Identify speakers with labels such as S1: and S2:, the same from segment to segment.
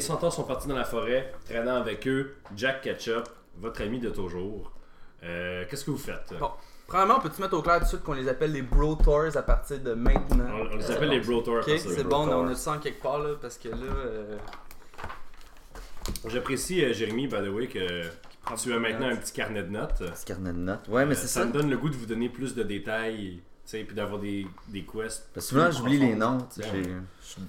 S1: centaures sont partis dans la forêt, traînant avec eux Jack Ketchup, votre ami de toujours. Euh, Qu'est-ce que vous faites?
S2: Bon, Premièrement, peux-tu mettre au clair tout de suite qu'on les appelle les Bro Tours à partir de
S1: On,
S2: maintenant?
S1: on les appelle les Brotors.
S2: Ok, c'est bon,
S3: Bro
S2: on a
S3: Tours.
S2: le sang quelque part là, parce que là, euh,
S1: J'apprécie euh, Jérémy, by the way, que tu as
S2: des
S1: maintenant un
S2: notes.
S1: petit carnet de notes.
S3: Ce carnet de notes. Ouais, mais
S1: Euh,
S3: c'est
S1: ça
S3: ça.
S1: me donne le goût de vous donner plus de détails, tu sais, puis d'avoir des, des quests.
S3: Parce que souvent, j'oublie les noms. tu sais,
S1: Ben
S3: j'ai- Je suis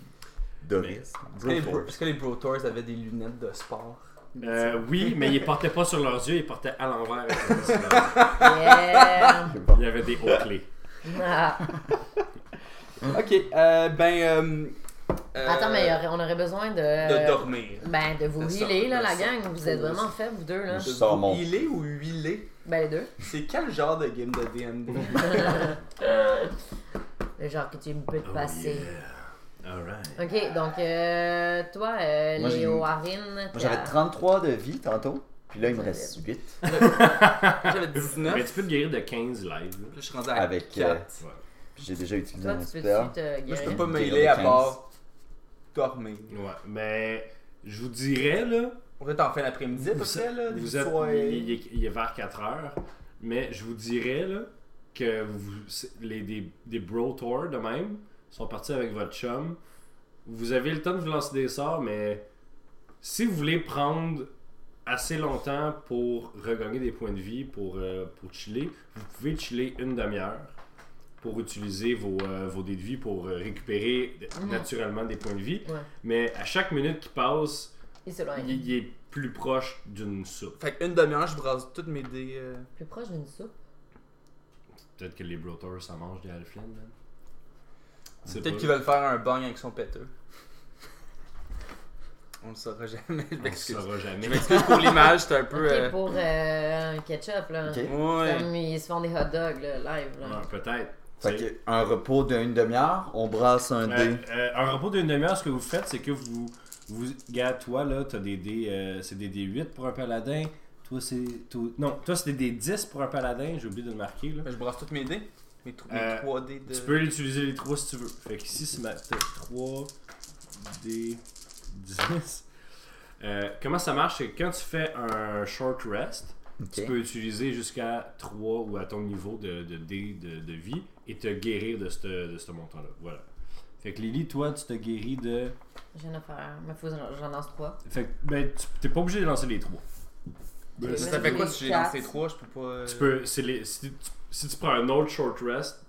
S3: Doris.
S2: est-ce que
S3: Bro
S2: les Bro-
S3: Force.
S2: est-ce que les Bro Tours avaient des lunettes de sport?
S1: Euh, oui, mais ils portaient pas sur leurs yeux, ils portaient à l'envers.
S4: Yeah.
S3: C'est bon.
S1: Il y avait des hauts clés.
S4: Ah.
S3: Hein?
S2: Ok, euh, ben. euh, euh,
S4: Attends, mais il y aurait- on aurait besoin de.
S2: De dormir.
S4: Ben, de vous
S2: De ça,
S4: healer, là,
S2: de
S4: la
S2: ça.
S4: gang. Vous êtes vraiment faibles, vous deux, là.
S3: Je sors mon-
S2: Il est ou huilé?
S4: Ben, les deux.
S2: C'est quel genre de game de DMD?
S4: Le genre que tu peux
S2: Oh,
S4: te
S1: Oh,
S4: passer.
S1: Alright.
S4: Ok, donc, euh, toi, euh,
S3: Moi, j'ai-
S4: Léo Harin.
S3: Moi, j'avais 33 de vie tantôt. Puis là, il me reste 8
S2: J'avais
S1: Mais
S2: 19.
S1: tu peux te guérir de 15 lives.
S2: Puis là, je suis rendu à
S3: avec. euh,
S2: 4.
S1: Ouais.
S3: puis j'ai déjà utilisé
S4: Toi,
S3: mon
S4: tu peux-tu
S3: spell.
S4: te
S2: Moi, je peux
S4: guérir?
S2: pas me
S3: Guérir de
S2: healer à
S3: 15.
S2: part dormir.
S1: Ouais, mais je vous dirais, là,
S2: On est en fin d'après-midi, à peu
S1: vous,
S2: près, là, début
S1: vous
S2: de
S1: êtes,
S2: soirée.
S1: il, il- il est vers 4 heures, mais je vous dirais, là, que vous- c'est- les, des, des bro tours de même sont partis avec votre chum. Vous avez le temps de vous lancer des sorts, mais si vous voulez prendre assez longtemps pour regagner des points de vie, pour, euh, pour chiller, vous pouvez chiller une demi-heure pour utiliser vos, euh, vos dés de vie pour euh, récupérer naturellement des points de vie.
S4: Ouais.
S1: Mais à chaque minute qui passe,
S4: Il s'éloigne.
S1: il, il est plus proche d'une soupe.
S2: Fait qu'une demi-heure, je brasse toutes mes dés. euh,
S4: Plus proche d'une soupe.
S1: Peut-être que les bloaters, ça mange des halflings, man. C'est
S2: Peut-être
S1: pas-
S2: qu'ils veulent faire un bang avec son péteux. On le saura jamais. Je
S1: On
S2: m'excuse.
S1: saura jamais.
S2: Je m'excuse pour l'image, c'est un peu.
S4: Ok,
S2: euh,
S4: pour euh, un ketchup, là.
S3: Ok.
S2: Ouais.
S4: Comme ils se font des hot dogs, là, live, là.
S1: Ouais, Peut-être.
S3: Fait
S1: C'est-
S3: que un repos d'une demi-heure, on brasse un
S1: Euh,
S3: dé.
S1: euh, un repos d'une demi-heure, ce que vous faites, c'est que vous. vous gars, toi, là, t'as des dés. euh, c'est des dés 8 pour un paladin. Toi, c'est. toi- Non, toi, c'était des 10 pour un paladin. J'ai oublié de le marquer, là.
S2: Je brasse toutes mes dés. Mes, tr- mes
S1: Euh,
S2: 3 dés de.
S1: Tu peux utiliser les 3 si tu veux. Fait qu'ici, c'est ma. T'as 3 des 10. Euh, comment ça marche? C'est que quand tu fais un short rest,
S3: Ok.
S1: Tu peux utiliser jusqu'à 3 ou à ton niveau de, de dés de, de vie et te guérir de ce de ce montant-là. Voilà. Fait que Lily, toi, tu te guéris de.
S4: J'ai une affaire. Mais faut que j'en lance trois.
S1: Fait que, ben, tu t'es pas obligé de lancer les 3.
S4: peux-
S2: Ça fait quoi si j'ai lancé
S4: Quatre.
S2: 3 Je peux pas. euh,
S1: Tu peux. c'est les- si, tu, si tu prends un autre short rest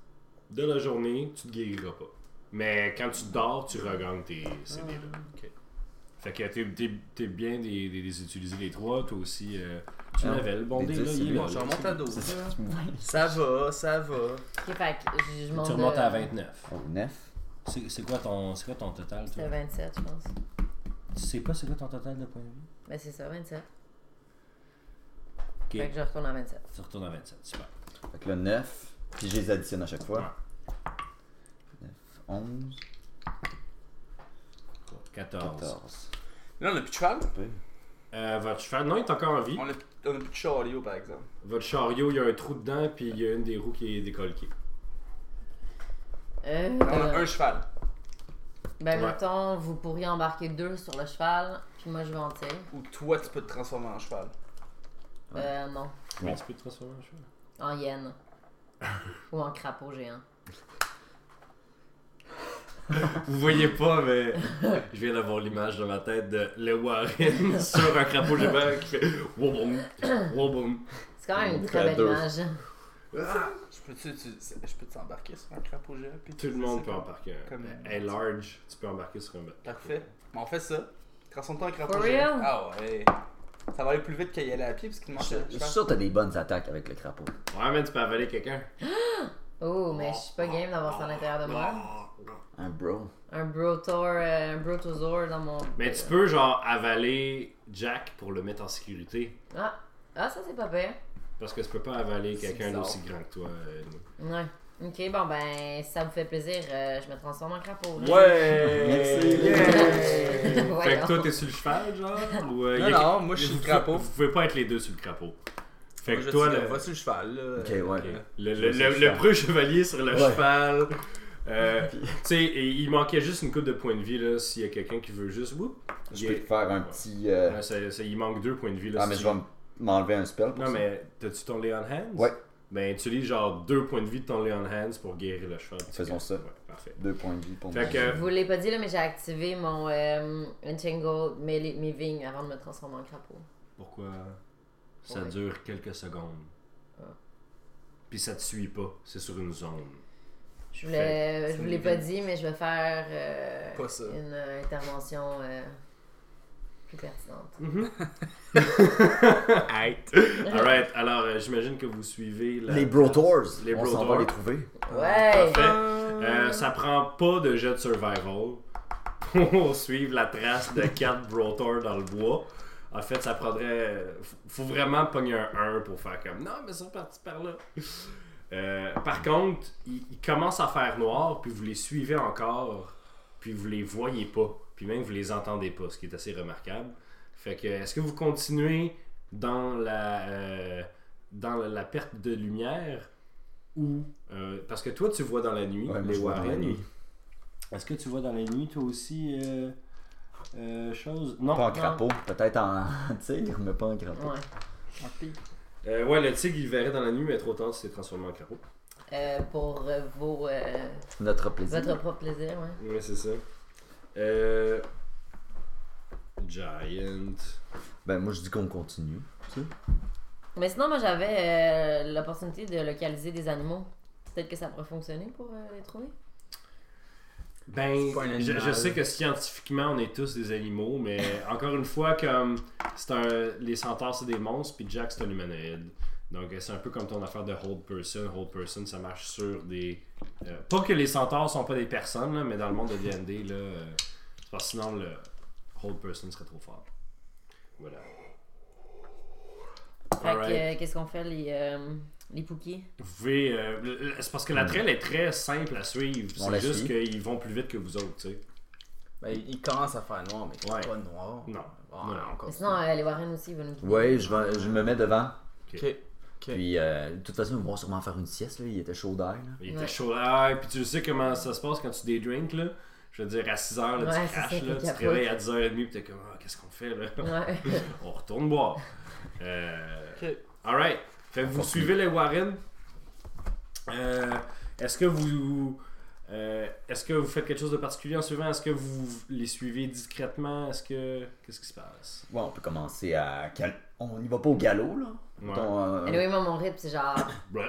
S1: de la journée, tu te guériras pas. Mais quand tu dors, tu regagnes tes ces dés-là.
S2: ok.
S1: Fait que t'es, t'es, t'es bien de les utiliser les 3. Toi aussi, euh, tu
S3: Ah,
S1: l'avais le bon
S3: les
S1: dé,
S3: dix,
S1: là.
S3: c'est
S1: Il est
S3: bien.
S1: là.
S2: Bon, je remonte à 12.
S3: C'est-
S2: là.
S3: Ouais.
S2: Ça va, ça va.
S4: Ok, fait que je- je monte.
S1: Tu
S4: de-
S1: remontes à 29.
S3: Oh, neuf.
S1: C'est, c'est quoi ton, c'est quoi ton total, toi?
S4: C'était 27, je pense.
S1: Tu sais pas c'est quoi ton total de points de vie?
S4: Ben, c'est ça, 27.
S1: Ok,
S4: Fait que je retourne à 27.
S1: tu retournes à 27, super.
S3: Fait que là, 9. Puis je les additionne à chaque fois. 9, 11,
S1: 14.
S3: 14.
S2: Là, on a plus de cheval.
S1: Euh, votre cheval, non, il est encore en vie.
S2: On a, on a plus de chariot, par exemple.
S1: Votre chariot, il y a un trou dedans, puis il y a une des roues qui est décolquée.
S4: Euh,
S2: Là, on a un cheval.
S4: ben,
S1: Ouais.
S4: mettons, vous pourriez embarquer deux sur le cheval, puis moi, je vais en tirer.
S2: Ou toi, tu peux te transformer en cheval.
S4: Euh, non.
S1: Comment tu peux te transformer en cheval?
S4: En hyène. Ou en crapaud géant.
S1: Vous voyez pas, mais je viens d'avoir l'image dans ma tête de Le Warren sur un crapaud géant qui fait Woboum, woboum.
S4: C'est quand même une
S3: Donc,
S4: très
S3: à
S4: belle
S3: deux.
S4: image.
S2: Je peux-tu utiliser- je peux t'embarquer sur un crapaud géant? puis
S1: Tout le
S2: utiliser
S1: monde
S2: ça
S1: peut
S2: comme-
S1: embarquer. un-
S2: Comme-
S1: Un large, tu peux embarquer sur un bateau.
S2: Parfait. Mais on fait ça. Transforme-toi en crapaud
S4: For
S2: géant.
S4: real?
S2: Ah ouais. Ça va aller plus vite qu'y aller à pied parce qu'il
S3: Je,
S2: manque un
S3: je suis
S2: cheval.
S3: sûr que t'as des bonnes attaques avec le crapaud.
S1: Ouais, mais tu peux avaler quelqu'un.
S4: Oh, mais je suis pas game d'avoir ça à l'intérieur de moi.
S3: Un Hein, bro.
S4: Un brotor, euh, un brotosaur dans mon.
S1: Mais tu peux, genre, avaler Jack pour le mettre en sécurité.
S4: Ah, ah ça, c'est pas pire.
S1: Parce que tu peux pas avaler
S2: C'est
S1: quelqu'un
S2: bizarre.
S1: d'aussi grand que toi. euh, Noé.
S4: Ouais. Ok, bon, ben, si ça vous fait plaisir, euh, je me transforme en crapaud. là.
S2: Ouais!
S3: Merci.
S2: Yeah!
S1: Fait
S4: Voyons.
S1: que toi, t'es sur le cheval, genre ou, euh,
S2: Non,
S1: y a-
S2: non, moi, je suis
S1: vous-
S2: le crapaud.
S1: Vous pouvez pas être les deux sur le crapaud. Fait
S2: Moi,
S1: que
S2: je
S1: toi,
S2: suis-
S1: le,
S2: va sur le cheval. Là. Euh,
S3: Ok, ouais.
S1: le, le,
S3: Je suis
S1: le-
S3: le
S1: le preux chevalier sur le
S3: Ouais.
S1: cheval, Euh, tu sais, et il manquait juste une coupe de points de vie là, s'il y a quelqu'un qui veut juste. Whoop,
S3: Je
S1: il
S3: peux
S1: est-
S3: te faire un
S1: Ouais.
S3: petit. euh,
S1: Ouais, ça- ça- il manque deux points de vie là.
S3: Ah,
S1: si
S3: mais
S1: tu
S3: je vais
S1: veux.
S3: m- m'enlever un spell. pour
S1: Non,
S3: ça.
S1: mais t'as-tu ton Lay on Hands
S3: Ouais.
S1: Ben, utilise genre deux points de vie de ton Lay on Hands pour guérir le cheval.
S3: Faisons ça.
S1: Ouais, parfait.
S3: Deux points de vie pour
S1: Fait
S3: moi.
S1: que-
S4: Je vous l'ai pas dit, là, mais j'ai activé mon euh, Enchangle, mes, mes vignes avant de me transformer en crapaud.
S1: Pourquoi Ça
S4: Ouais.
S1: dure quelques secondes.
S4: Ah.
S1: Puis ça te suit pas, c'est sur une zone.
S4: Je voulais,
S2: Fait,
S4: je vous
S2: c'est
S4: l'ai
S2: une
S4: pas
S2: vigne.
S4: dit, mais je vais faire euh,
S2: Pas ça.
S4: une euh, intervention euh, plus pertinente.
S1: Alright, alors euh, j'imagine que vous suivez la...
S3: Les Brotours.
S1: Les
S3: on s'en
S1: Brotours.
S3: va les trouver.
S4: Ouais!
S1: Parfait. Euh, ça prend pas de jet de survival pour suivre la trace de 4 Brotor dans le bois. En fait, ça prendrait. Faut vraiment pogner un 1 pour faire comme. Non, mais ils sont partis par là. Euh, par contre, ils ils commencent à faire noir, puis vous les suivez encore, puis vous les voyez pas, puis même vous les entendez pas, ce qui est assez remarquable. Fait que, est-ce que vous continuez dans la, euh, dans la- la perte de lumière ou. euh, parce que toi, tu vois dans la nuit,
S3: Ouais, moi,
S1: les
S3: je vois dans la
S1: Warren.
S3: nuit.
S1: Est-ce que tu vois dans la nuit, toi aussi, euh, euh, chose Non.
S3: Pas en crapaud. Peut-être en tigre, mais pas en crapaud.
S4: Ouais.
S2: Un pire.
S1: Euh, ouais, le tigre, il verrait dans la nuit, mais trop tard, c'est transformé en carreau.
S4: Euh, pour euh, vos, euh,
S3: Notre plaisir.
S4: votre propre plaisir, ouais.
S1: Ouais, c'est ça. Euh... Giant.
S3: Ben, moi, je dis qu'on continue.
S4: Mais sinon, moi, j'avais euh, l'opportunité de localiser des animaux. Peut-être que ça pourrait fonctionner pour euh, les trouver.
S1: Ben,
S2: C'est pas un
S1: je, je
S2: animal.
S1: sais que scientifiquement, on est tous des animaux, mais encore une fois, comme c'est un, les centaures, c'est des monstres, puis Jack, c'est un humanoïde. Donc, euh, c'est un peu comme ton affaire de hold person. Hold person, ça marche sur des. euh, pas que les centaures sont pas des personnes, là, mais dans le monde de DD, là. euh, c'est parce que sinon, le hold person serait trop fort. Voilà.
S4: Fait que,
S1: Alright.
S4: euh, qu'est-ce qu'on fait, les, euh, les Pookies?
S2: Oh,
S1: Vous pouvez. euh, le- le- c'est parce que la
S2: Hmm.
S1: trail est très simple à suivre.
S3: On la
S1: C'est juste
S3: suit.
S1: qu'ils vont plus vite que vous autres, tu sais.
S2: Ben, il il commence à faire noir, mais c'est
S1: Ouais.
S2: pas noir. Ah.
S1: Non.
S2: Bon,
S1: Non, non.
S2: encore.
S4: Mais sinon, euh, les Warren aussi, ils vont nous guider.
S3: Ouais, je, vais- je me mets devant.
S2: Ok. Ok.
S3: Puis, euh, de toute façon, ils vont sûrement faire une sieste. Là. Il était chaud d'air. là.
S1: Il était
S4: Ouais.
S1: chaud là, et puis tu sais comment ça se passe quand tu dédrinks là. Je veux dire, à 6h,
S4: Ouais,
S1: tu
S4: c'est ça,
S1: crashes,
S4: t'es
S1: là, tu te
S4: capote.
S1: réveilles à 10h30, puis t'es comme, ah, qu'est-ce qu'on fait là
S4: Ouais.
S1: On retourne boire. Euh,
S2: Ok.
S1: Alright, fait que vous
S3: continue.
S1: suivez les Warren. Euh, est-ce que vous. euh, est-ce que vous faites quelque chose de particulier en suivant Est-ce que vous les suivez discrètement Est-ce que. Qu'est-ce qui se passe
S3: Ouais, on peut commencer à. cal- On y va pas au galop, là.
S1: Ouais.
S3: Mettons, euh,
S4: Anyway, moi, mon rythme, c'est genre
S1: Ouais.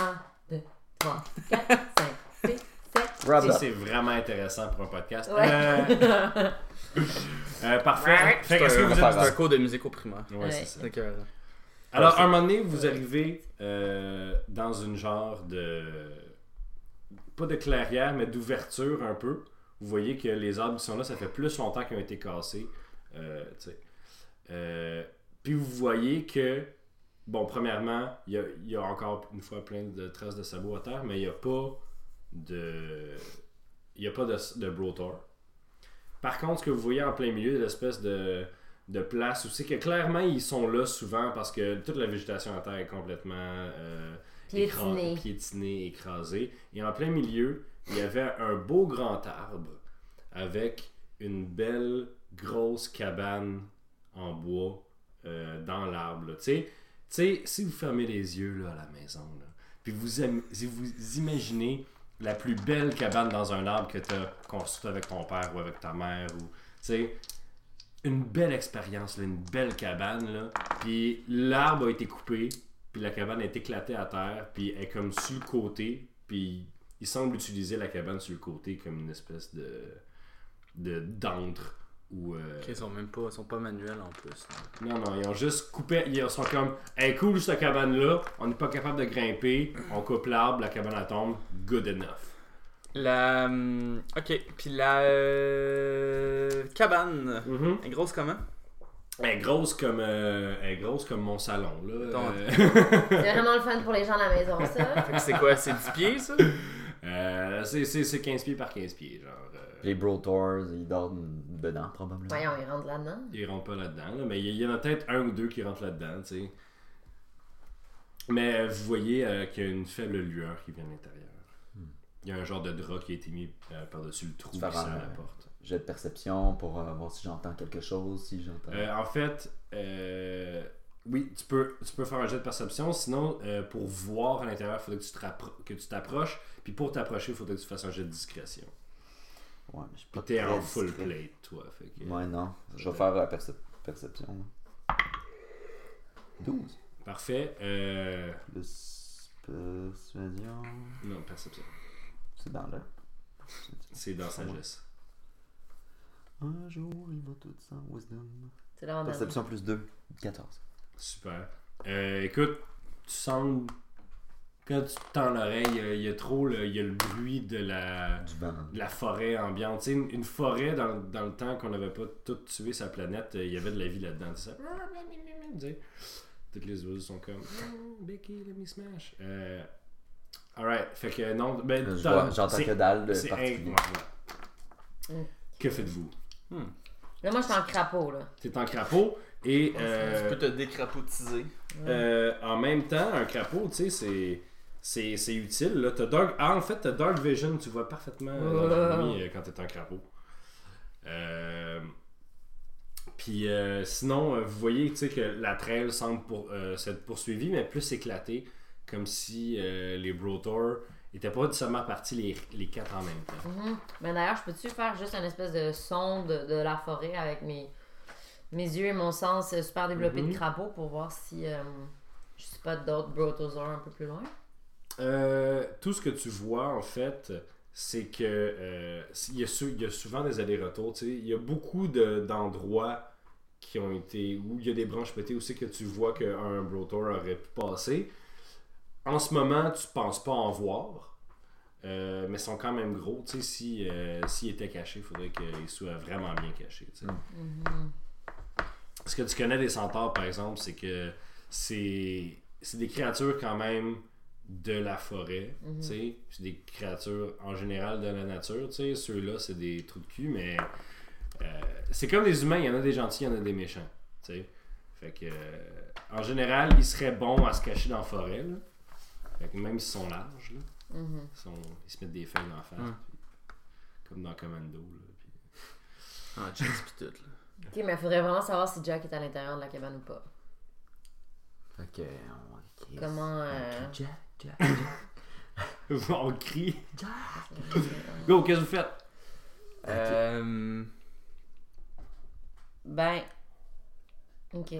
S4: 1, 2, 3, 4, 5, 6, 7.
S3: wrap
S1: Ça,
S3: up.
S1: c'est vraiment intéressant pour un podcast.
S4: Ouais.
S1: Euh, euh, parfait. Fait que est-ce que vous
S2: C'est
S1: êtes.
S2: un c'est un cours de musique au primaire.
S1: Ouais, c'est ça.
S2: C'est écœurant.
S1: Alors, un moment donné, vous arrivez euh, dans une genre de. Pas de clairière, mais d'ouverture un peu. Vous voyez que les arbres qui sont là, ça fait plus longtemps qu'ils ont été cassés. euh, tu sais. Euh, puis vous voyez que, bon, premièrement, il y a, il y a encore une fois plein de traces de sabots à terre, mais il n'y a pas de. Il n'y a pas de, de brotor. Par contre, ce que vous voyez en plein milieu de l'espèce de de place où c'est que clairement ils sont là souvent parce que toute la végétation à terre est complètement euh, écra-
S4: Piétiné.
S1: piétinée, écrasée. Et en plein milieu, il y avait un beau grand arbre avec une belle grosse cabane en bois euh, dans l'arbre. là. Tu sais, tu sais, si vous fermez les yeux là, à la maison, là, puis vous, am- si vous imaginez la plus belle cabane dans un arbre que tu as construite avec ton père ou avec ta mère, ou, tu sais, une belle expérience, là, une belle cabane. Là. Puis l'arbre a été coupé, puis la cabane est éclatée à terre, puis elle est comme sur le côté, puis il semble utiliser la cabane sur le côté comme une espèce de de- d'antre ou euh,
S2: Ok, Ils sont même pas, ils sont pas manuels en plus. là.
S1: non, non, ils ont juste coupé. Ils sont comme, hey, cool, cette cabane-là, on n'est pas capable de grimper, on coupe l'arbre, la cabane elle tombe, good enough.
S2: La. hum, Ok, puis la. euh, Cabane.
S1: Mhm.
S2: Elle est grosse comment
S1: Elle est grosse comme, euh, elle est grosse comme mon salon, là.
S2: Ton-
S1: Euh,
S4: C'est vraiment le fun pour les gens à la maison, ça.
S2: Fait que C'est quoi C'est 10 pieds ça
S1: euh, c'est- c'est c'est 15 pieds par 15 pieds, genre. euh,
S3: Les Brotours, ils dorment dedans, probablement.
S4: Voyons, ils rentrent là-dedans.
S1: ils rentrent pas là-dedans, là, mais il y, il y en a peut-être un ou deux qui rentrent là-dedans, tu sais. Mais euh, vous voyez euh, qu'il y a une faible lueur qui vient de l'intérieur. Il y a un genre de drap qui a été mis euh, par-dessus le trou qui
S3: Hmm. Tu vas
S1: sert à
S3: voir,
S1: la
S3: euh,
S1: porte.
S3: J'ai de perception pour euh, voir si j'entends quelque chose, si j'entends.
S1: Euh, en fait, euh, oui, tu peux, tu peux faire un jet de perception. Sinon, euh, pour voir à l'intérieur, il faudrait que tu te rappro- que tu t'approches. Puis pour t'approcher, il faudrait que tu fasses un jet de discrétion.
S3: Ouais, mais je suis
S1: Puis
S3: pas
S1: t'es
S3: très
S1: en full
S3: discret.
S1: plate, toi. Fait que-
S3: Ouais, non. Je vais faire la percep- perception. là. 12
S1: Parfait. Euh,
S3: plus persuasion.
S1: non, perception.
S3: C'est dans le.
S1: C'est dans sagesse.
S3: Un jour, il va tout ça, wisdom.
S4: C'est l'avant dernier.
S3: Perception plus 2, 14.
S1: Super. Euh, écoute, tu sembles. Quand tu tends l'oreille, euh, il y a- il y, a trop le, il y a le bruit de la,
S3: Du vent.
S1: de la forêt ambiante. Tu sais, une, une forêt dans, dans le temps qu'on n'avait pas tout tué sa planète, euh, il y avait de la vie là-dedans. Tu sais, tu sais. Toutes les oiseaux sont comme. Oh, Becky, let me smash. Euh, alright, fait que non. Ben,
S3: Je
S1: t'as-
S3: vois- J'entends
S1: c'est-
S3: que dalle de
S1: c'est
S3: particulier.
S1: inc- ouais. Que faites-vous
S4: Là, moi, je suis en crapaud, là.
S1: T'es en crapaud et. euh,
S2: Tu peux te décrapotiser.
S1: Euh, en même temps, un crapaud, tu sais, c'est. C'est, c'est utile. Là. T'as dark... Ah, en fait, t'as Dark Vision, tu vois parfaitement euh, dans l'ennemi, euh, quand t'es un crapaud. Euh, Puis euh, sinon, euh, vous voyez tu sais, que la trail semble pour, euh, s'être poursuivie, mais plus éclatée, comme si euh, les Brotor étaient pas nécessairement partis les, les quatre en même temps.
S4: Mhm. Mais d'ailleurs, je peux-tu faire juste une espèce de son de, de la forêt avec mes, mes yeux et mon sens euh, super développé
S1: Mhm.
S4: de crapaud pour voir si euh, je suis pas d'autres brotosaures un peu plus loin?
S1: Euh, tout ce que tu vois, en fait, c'est que euh, s- il y, a sou- il y a souvent des allers-retours. tu sais. Il y a beaucoup de- d'endroits qui ont été. où il y a des branches pétées aussi que tu vois qu'un Brotor aurait pu passer. En ce moment, tu penses pas en voir. euh, mais sont quand même gros, tu sais, si, euh, s'ils étaient cachés, il faudrait qu'ils soient vraiment bien cachés, tu sais.
S4: Mhm.
S1: Ce que tu connais des centaures, par exemple, c'est que c'est c'est des créatures quand même de la forêt,
S4: Mhm.
S1: tu sais. C'est des créatures en général de la nature, tu sais. Ceux-là, c'est des trous de cul, mais euh, c'est comme des humains, il y en a des gentils, il y en a des méchants, tu sais. Fait que, euh, en général, ils seraient bons à se cacher dans la forêt, là. Fait que même s'ils sont larges, là,
S4: Mhm.
S1: ils, sont- ils se mettent des feuilles en face,
S2: Mm.
S1: puis- comme dans Commando, là. puis-
S2: En chest pis tout, là.
S4: Ok, mais il faudrait vraiment savoir si Jack est à l'intérieur de la cabane ou pas.
S3: Fait que. on crie-
S4: Comment,
S3: on
S4: euh,
S3: crie Jack, Jack, Jack,
S1: On crie.
S3: Jack.
S1: Go, qu'est-ce que vous faites?
S2: Euh.
S4: Ben. Ok.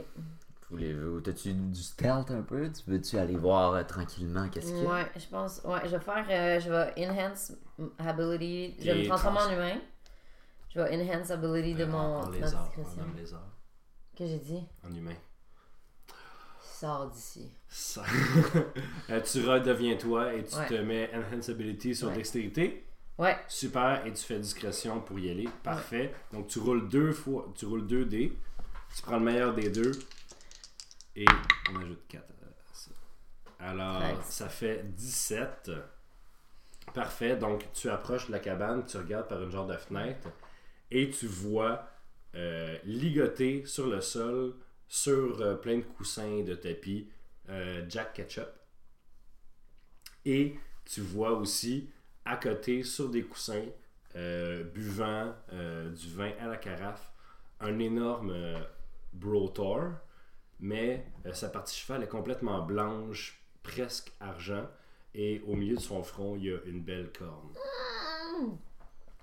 S3: Voulez-vous. T'as-tu du stealth un peu Tu veux-tu aller voir euh, tranquillement qu'est-ce qu'il y a
S4: Ouais, je pense. Ouais, je vais faire. euh, je vais enhance ability. Je vais
S1: Et
S4: me transformer
S1: trans-
S4: en humain. Je vais enhance ability de
S1: Euh,
S4: mon.
S1: en, en
S4: ma
S1: lézard,
S4: discrétion.
S1: en homme lézard,
S4: Que j'ai dit?
S1: en humain.
S4: Sors d'ici.
S1: Ça. Euh, tu redeviens toi et tu
S4: Ouais.
S1: te mets Enhance Ability sur
S4: Ouais.
S1: dextérité.
S4: Ouais.
S1: Super. Et tu fais discrétion pour y aller. Parfait. Donc tu roules deux fois. Tu roules deux dés. Tu prends le meilleur des deux. Et on ajoute 4 à ça. Alors,
S4: Treize.
S1: ça fait 17. Parfait. Donc tu approches de la cabane, tu regardes par une genre de fenêtre et tu vois euh, ligoter sur le sol, sur euh, plein de coussins et de tapis, euh, Jack Ketchup. Et tu vois aussi à côté, sur des coussins, euh, buvant euh, du vin à la carafe, un énorme euh, brotor, mais euh, sa partie cheval est complètement blanche, presque argent, et au milieu de son front, il y a une belle corne.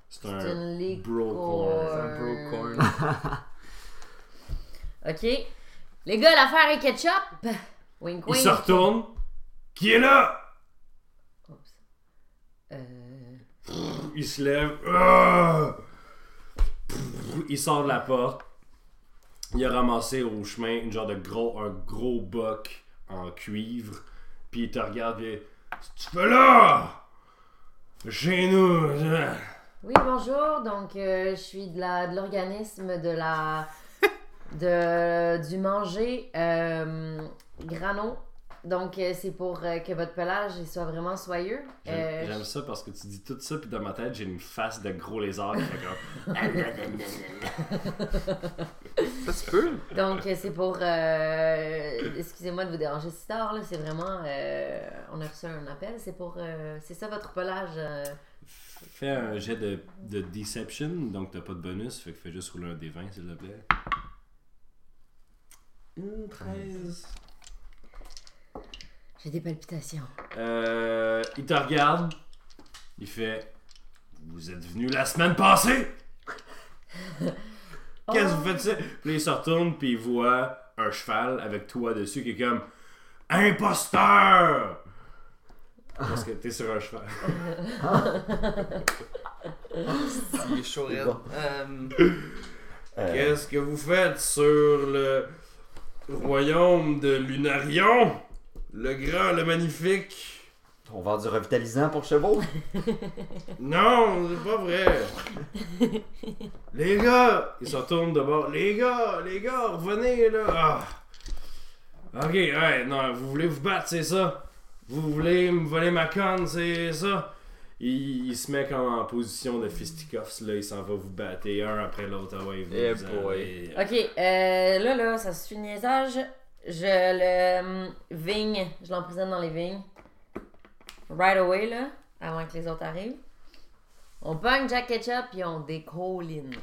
S1: C'est
S4: C'est
S1: un
S4: une licorne.
S1: brocorn.
S2: Un brocorn.
S4: Ok. Les gars, l'affaire est ketchup. Wink
S1: Il
S4: wink.
S1: se retourne. Qui est là?
S4: Oups. Euh,
S1: Il se lève. Ah! Il sort de la porte. Il a ramassé au chemin une genre de gros, un gros boc en cuivre. Puis il te regarde et Tu fais là? Chez nous. euh.
S4: Oui, bonjour. Donc, euh, je suis de la de l'organisme de la de du manger euh, grano Donc, euh, c'est pour euh, que votre pelage il soit vraiment soyeux.
S1: J'aime
S4: Euh,
S1: j'aime ça parce que tu dis tout ça, puis dans ma tête, j'ai une face de gros lézard qui fait comme.
S2: Ça se peut.
S4: Donc, euh, c'est pour. euh, Excusez-moi de vous déranger si tard, là. C'est vraiment. euh, on a reçu un appel. C'est pour. euh, c'est ça votre pelage. euh,
S1: Fais un jet de, de deception, donc t'as pas de bonus, fait que fais juste rouler un des 20 s'il te plaît. Une 13.
S4: J'ai des palpitations.
S1: Euh, il te regarde, il fait Vous êtes venu la semaine passée Qu'est-ce que vous faites ça Puis là, il se retourne, puis il voit un cheval avec toi dessus qui est comme Imposteur Parce que t'es sur un cheval.
S2: Il est chaud, raide.
S3: Bon.
S2: Euh,
S3: Euh,
S1: Qu'est-ce que vous faites sur le royaume de Lunarion Le grand, le magnifique
S3: on vend du revitalisant pour chevaux.
S1: Non, c'est pas vrai. les gars, ils se retournent de bord. Les gars, les gars, revenez là. Ah. Ok, ouais, non, vous voulez vous battre, c'est ça. Vous voulez me voler ma canne, c'est ça. Il, il se met comme en position de fisticuffs, là, il s'en va vous battre un après l'autre. Ah ouais, il
S2: Eh
S1: vous en-
S2: boy.
S1: et-
S4: Ok, euh, là, là, ça se suit le niaisage. Je le. hum, vigne. Je l'emprisonne dans les vignes. Right away, là. Avant que les autres arrivent. On pogne Jack Ketchup puis on décolline.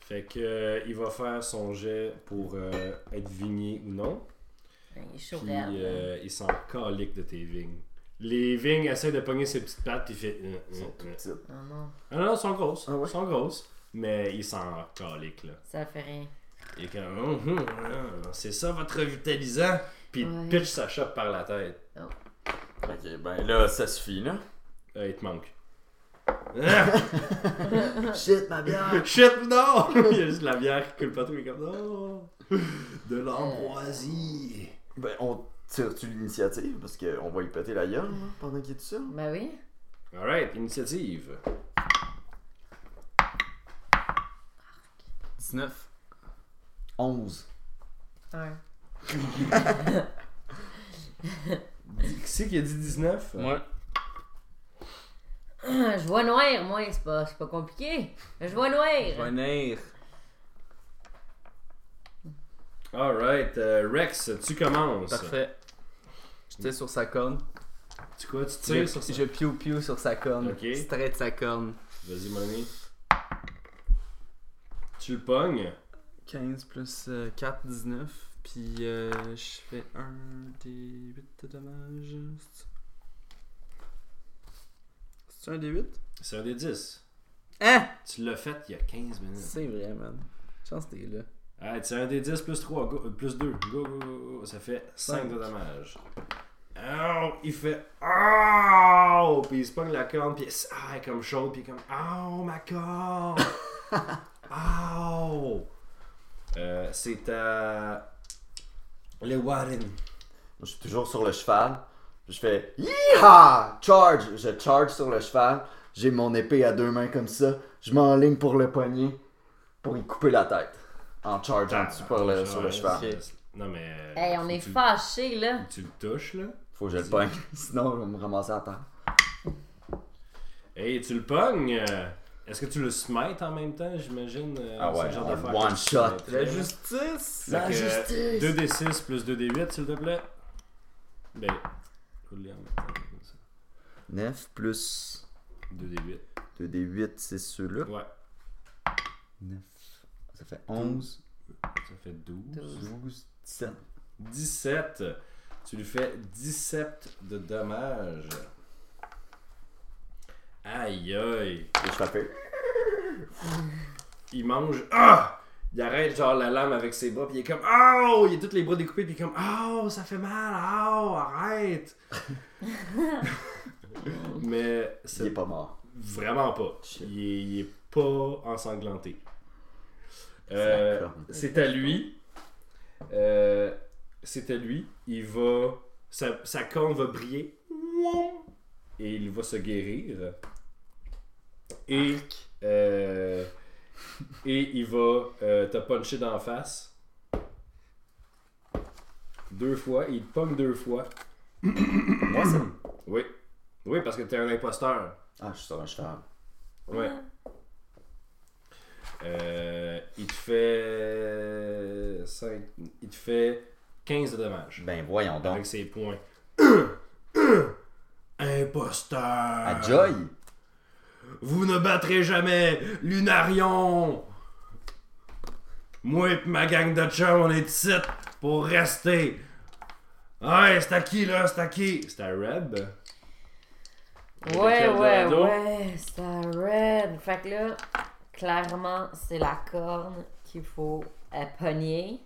S1: Fait que euh, il va faire son jet pour euh, être vigné ou non.
S4: Ben, Il est chaud,
S1: Puis
S4: raide, là.
S1: euh, il s'en calique de tes vignes. Les vignes essaient de pogner ses petites pattes, puis il fait. euh,
S3: Ils
S1: euh,
S3: sont tout
S1: euh.
S3: petits.
S4: Non, non,
S1: Ah non, non, elles sont grosses.
S3: Ah ouais?
S1: Elles sont grosses. Mais il s'en calique, là.
S4: ça fait rien.
S1: Il est comme. Hum, hum, hum, c'est ça votre revitalisant? Puis il
S4: Ouais.
S1: pitch sa chope par la tête.
S3: Ok, ben là, ça suffit, là.
S1: Euh, il te manque. Ah,
S3: Shit, ma bière!
S1: shit, non! il y a juste de la bière qui coule partout, il est comme. Non! De l'ambroisie!
S3: Ben, on tire-tu l'initiative? Parce qu'on va y péter la gueule, là, pendant qu'il est tout seul.
S4: Ben oui.
S1: Alright, initiative.
S2: 19.
S3: 11.
S4: Un.
S1: Qui c'est qui a dit 19?
S2: Ouais.
S4: Je vois noir, moi, c'est pas, c'est pas compliqué. Je vois noir.
S2: Bonheur.
S1: Alright, euh, Rex, tu commences.
S2: Parfait. Je tire sur sa corne.
S1: Tu quoi, tu
S2: Je,
S1: tires sur ça?
S2: je piou piou sur sa corne.
S1: Ok.
S2: Straight sa corne.
S1: Vas-y, mon ami. Tu le pognes.
S2: 15 plus euh, 4, 19. Puis euh, je fais 1 des 8 de dommages. C'est- C'est un des 8
S1: C'est un des 10.
S2: Hein
S1: Tu l'as fait il y a 15 minutes.
S2: C'est vrai, man. Chance que t'es là.
S1: Ah, c'est un des 10 plus 3, go- euh, plus 2. Go, go, go, go. Ça fait 5
S2: Cinq.
S1: de dommages. Oh, il fait Oh! Puis il se pogne la corne, puis ah, elle est comme chaude, puis comme Oh, ma corne! Oh! Euh, c'est à. Le Warren.
S3: Je suis toujours sur le cheval. Je fais Yeehaw! Charge! Je charge sur le cheval. J'ai mon épée à deux mains comme ça. Je m'enligne pour le poignet pour y couper la tête. En charge en dessous par le- euh, sur le cheval.
S1: Ok. Non, mais. euh,
S4: Hey, on
S1: faut
S4: est
S1: que tu-
S4: fâchés, là.
S1: Tu le touches, là.
S3: Faut que je le pogne. Sinon, je vais me ramasser à terre.
S1: Hey, tu le pognes euh, Est-ce que tu le smites en même temps, j'imagine euh,
S3: Ah ouais,
S1: c'est le genre
S3: en
S1: d'affaire
S3: one
S1: que tu
S3: shot.
S1: smites,
S2: La
S1: là.
S2: justice
S1: Fait
S3: La
S1: que,
S3: justice.
S1: 2d6 plus 2d8, s'il te plaît. Ben, je vais le lire en même temps, comme ça.
S3: 9 plus
S1: 2d8.
S3: 2d8, c'est ceux-là.
S1: Ouais,
S3: 9. Ça fait 11,
S1: ça fait 12.
S3: 12, 17.
S1: 17. Tu lui fais 17 de dommages. Aïe aïe.
S3: Et je tape.
S1: il mange. Ah! Il arrête genre la lame avec ses bras, puis il est comme Oh! Il a tous les bras découpés, puis il est comme Oh! Ça fait mal! Oh! Arrête! Mais
S3: Il est
S1: c'est
S3: pas mort.
S1: vraiment pas.
S3: Shit.
S1: Il est, il est pas ensanglanté. Euh,
S3: D'accord.
S1: c'est à lui. Euh, c'est à lui. Il va. Sa, sa corne va briller. Et il va se guérir. Et. euh, et il va euh, te puncher d'en face. deux fois, il te pogne deux fois.
S3: Moi, ça.
S1: Oui. Oui, parce que t'es un imposteur.
S3: Ah, je suis sur un cheval.
S1: Ouais. Euh, il te fait. cinq- Il te fait 15 de dommages.
S3: Ben, voyons donc.
S1: Avec ses points. Imposteur!
S3: À Joy
S1: Vous ne battrez jamais Lunarion! Moi et pis ma gang de chums, on est ici pour rester. Ouais, c'est à qui là? C'est à qui? C'est à Reb?
S4: Ouais,
S1: Avec
S4: ouais,
S1: Eldorado.
S4: ouais, c'est un red. Fait que là, clairement, c'est la corne qu'il faut euh, pogner.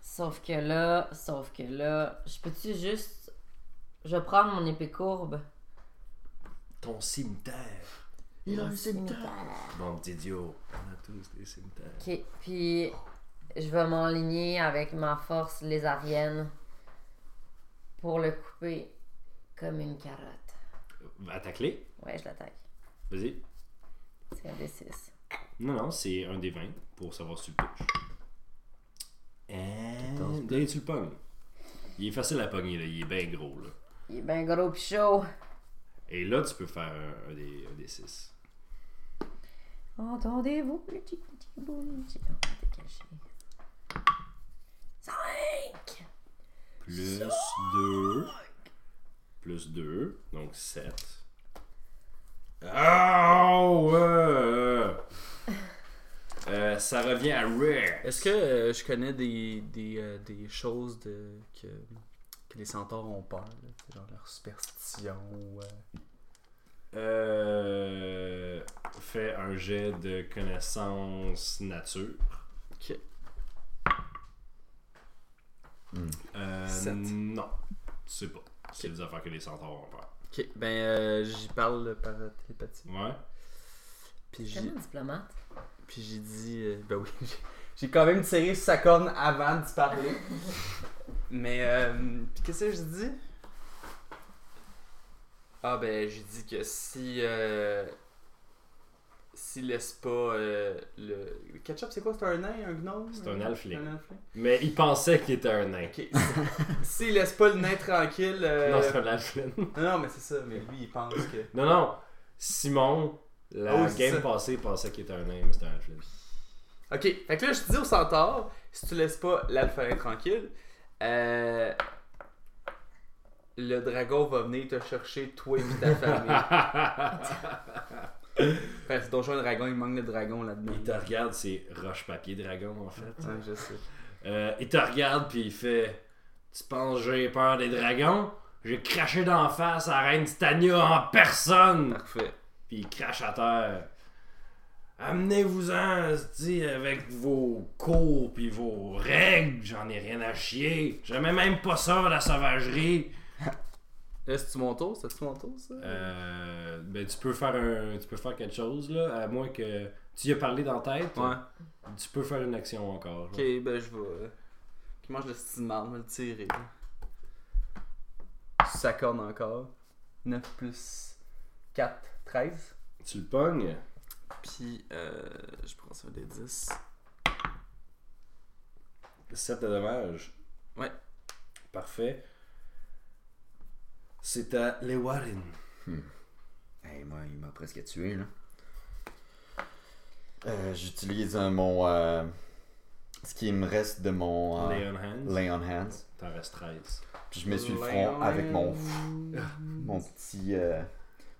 S4: Sauf que là, sauf que là, je peux-tu juste. Je vais prendre mon épée courbe.
S1: Ton cimetière.
S3: Il a un
S1: Bande d'idiots. On a tous des cimetières.
S4: Ok, puis je vais m'enligner avec ma force lézarienne pour le couper comme une carotte.
S1: Attaque-les.
S4: Ouais, je l'attaque.
S1: Vas-y.
S4: C'est un D6.
S1: Non, non, c'est un des 20 pour savoir si tu le touches.
S2: Euh, ben,
S1: And... Là, tu le pognes. Il est facile à pogner, là. Il est bien gros, là.
S4: Il est bien gros pis chaud.
S1: Et là, tu peux faire un, un des, un des 6.
S4: Entendez-vous le petit petit boum petit- Non, t'es caché. Cinq!
S1: Plus 2. Plus 2. Donc 7.
S2: Ah,
S1: Oh, Euh, ça revient à Rex.
S2: Est-ce que euh, je connais des, des, euh, des choses de, que, que les centaures ont peur, là, tu sais, genre leur superstition ou, euh,
S1: Euh, fais un jet de connaissance nature.
S2: Ok.
S3: Hmm.
S1: Euh,
S2: Sept.
S1: Non, tu sais pas. C'est des affaires que les centaures vont faire.
S2: Ok, ben euh, j'y parle par euh, télépathie.
S1: Ouais.
S2: Puis
S4: J'ai
S2: j'ai
S4: un diplomate.
S2: puis j'ai dit, euh, ben oui, j'ai- j'ai quand même tiré sur sa corne avant d'y parler. Mais euh, puis qu'est-ce que j'ai dit Ah ben j'ai dit que si euh, s'il laisse pas euh, le... le ketchup, c'est quoi C'est un nain, un gnome
S1: C'est un alfling.
S2: Un alfling?
S1: Mais il pensait qu'il était un nain.
S2: Ok. S'il laisse pas le nain tranquille. euh,
S1: Non, c'est un alflin.
S2: non, non, mais c'est ça. Mais lui, il pense que.
S1: non, non. Simon, la
S2: Oh, c'est
S1: game
S2: ça.
S1: passée, pensait qu'il était un nain, mais c'était un alflin.
S2: Ok, fait que là, je dis au centaure, si tu laisses pas l'alphalin tranquille, euh, le dragon va venir te chercher, toi et puis ta famille. fait que c'est ton choix, un dragon, il manque de dragon là-dedans.
S1: Il te regarde, c'est roche-papier dragon en fait.
S2: Ouais, je sais.
S1: Euh, il te regarde puis il fait Tu penses que j'ai peur des dragons J'ai craché d'en face à la Reine Titania en personne
S2: Parfait.
S1: Puis il crache à terre. Amenez-vous-en, dit avec vos cours puis vos règles, j'en ai rien à chier. J'aimais même pas ça, la sauvagerie.
S2: Là, Euh, c'est-tu mon tour? C'est-tu mon tour, ça?
S1: Euh, ben tu peux faire un, tu peux faire quelque chose là, à moins que tu y as parlé dans la tête.
S2: Ouais.
S1: Tu peux faire une action encore.
S2: Ok, ben je vais. Qui mange le style marde, je vais le tirer. Ça corne encore. 9 plus 4, 13.
S1: Tu le pognes.
S2: Puis euh, je prends ça des 10.
S1: 7 de dommages.
S2: Ouais.
S1: Parfait. C'est à Lewarin.
S3: Hey, moi, il m'a presque tué, là. Euh, J'utilise euh, mon. euh, ce qui me reste de mon. euh,
S1: Leon Hands.
S3: Lay on Hands.
S1: T'en restes 13.
S3: Puis je me suis le front avec mon, mon, petit, euh,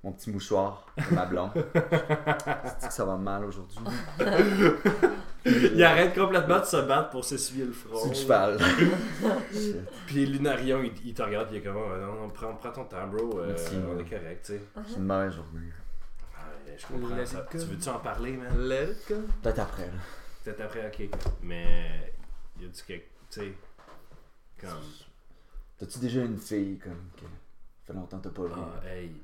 S3: mon petit mouchoir de ma blonde. C'est-tu que ça va mal aujourd'hui.
S1: Il arrête complètement de se battre pour s'essuyer le front.
S3: C'est le cheval.
S1: Puis Lunarion, il, il te regarde, il est comme oh, non, non, prends, prends ton temps, bro. euh,
S3: Merci.
S1: on est correct, tu sais.
S3: J'ai une mauvaise journée.
S1: Ah, je comprends
S2: Let
S1: ça.
S2: it
S1: Tu
S2: go.
S1: veux-tu en parler, man
S2: Let it go.
S3: Peut-être après, là.
S1: Peut-être après, ok. Mais il y a du quelque. Tu sais. Comme.
S3: T'as-tu déjà une fille, comme. Que... Ça fait longtemps que t'as pas vu.
S1: Ah, hey.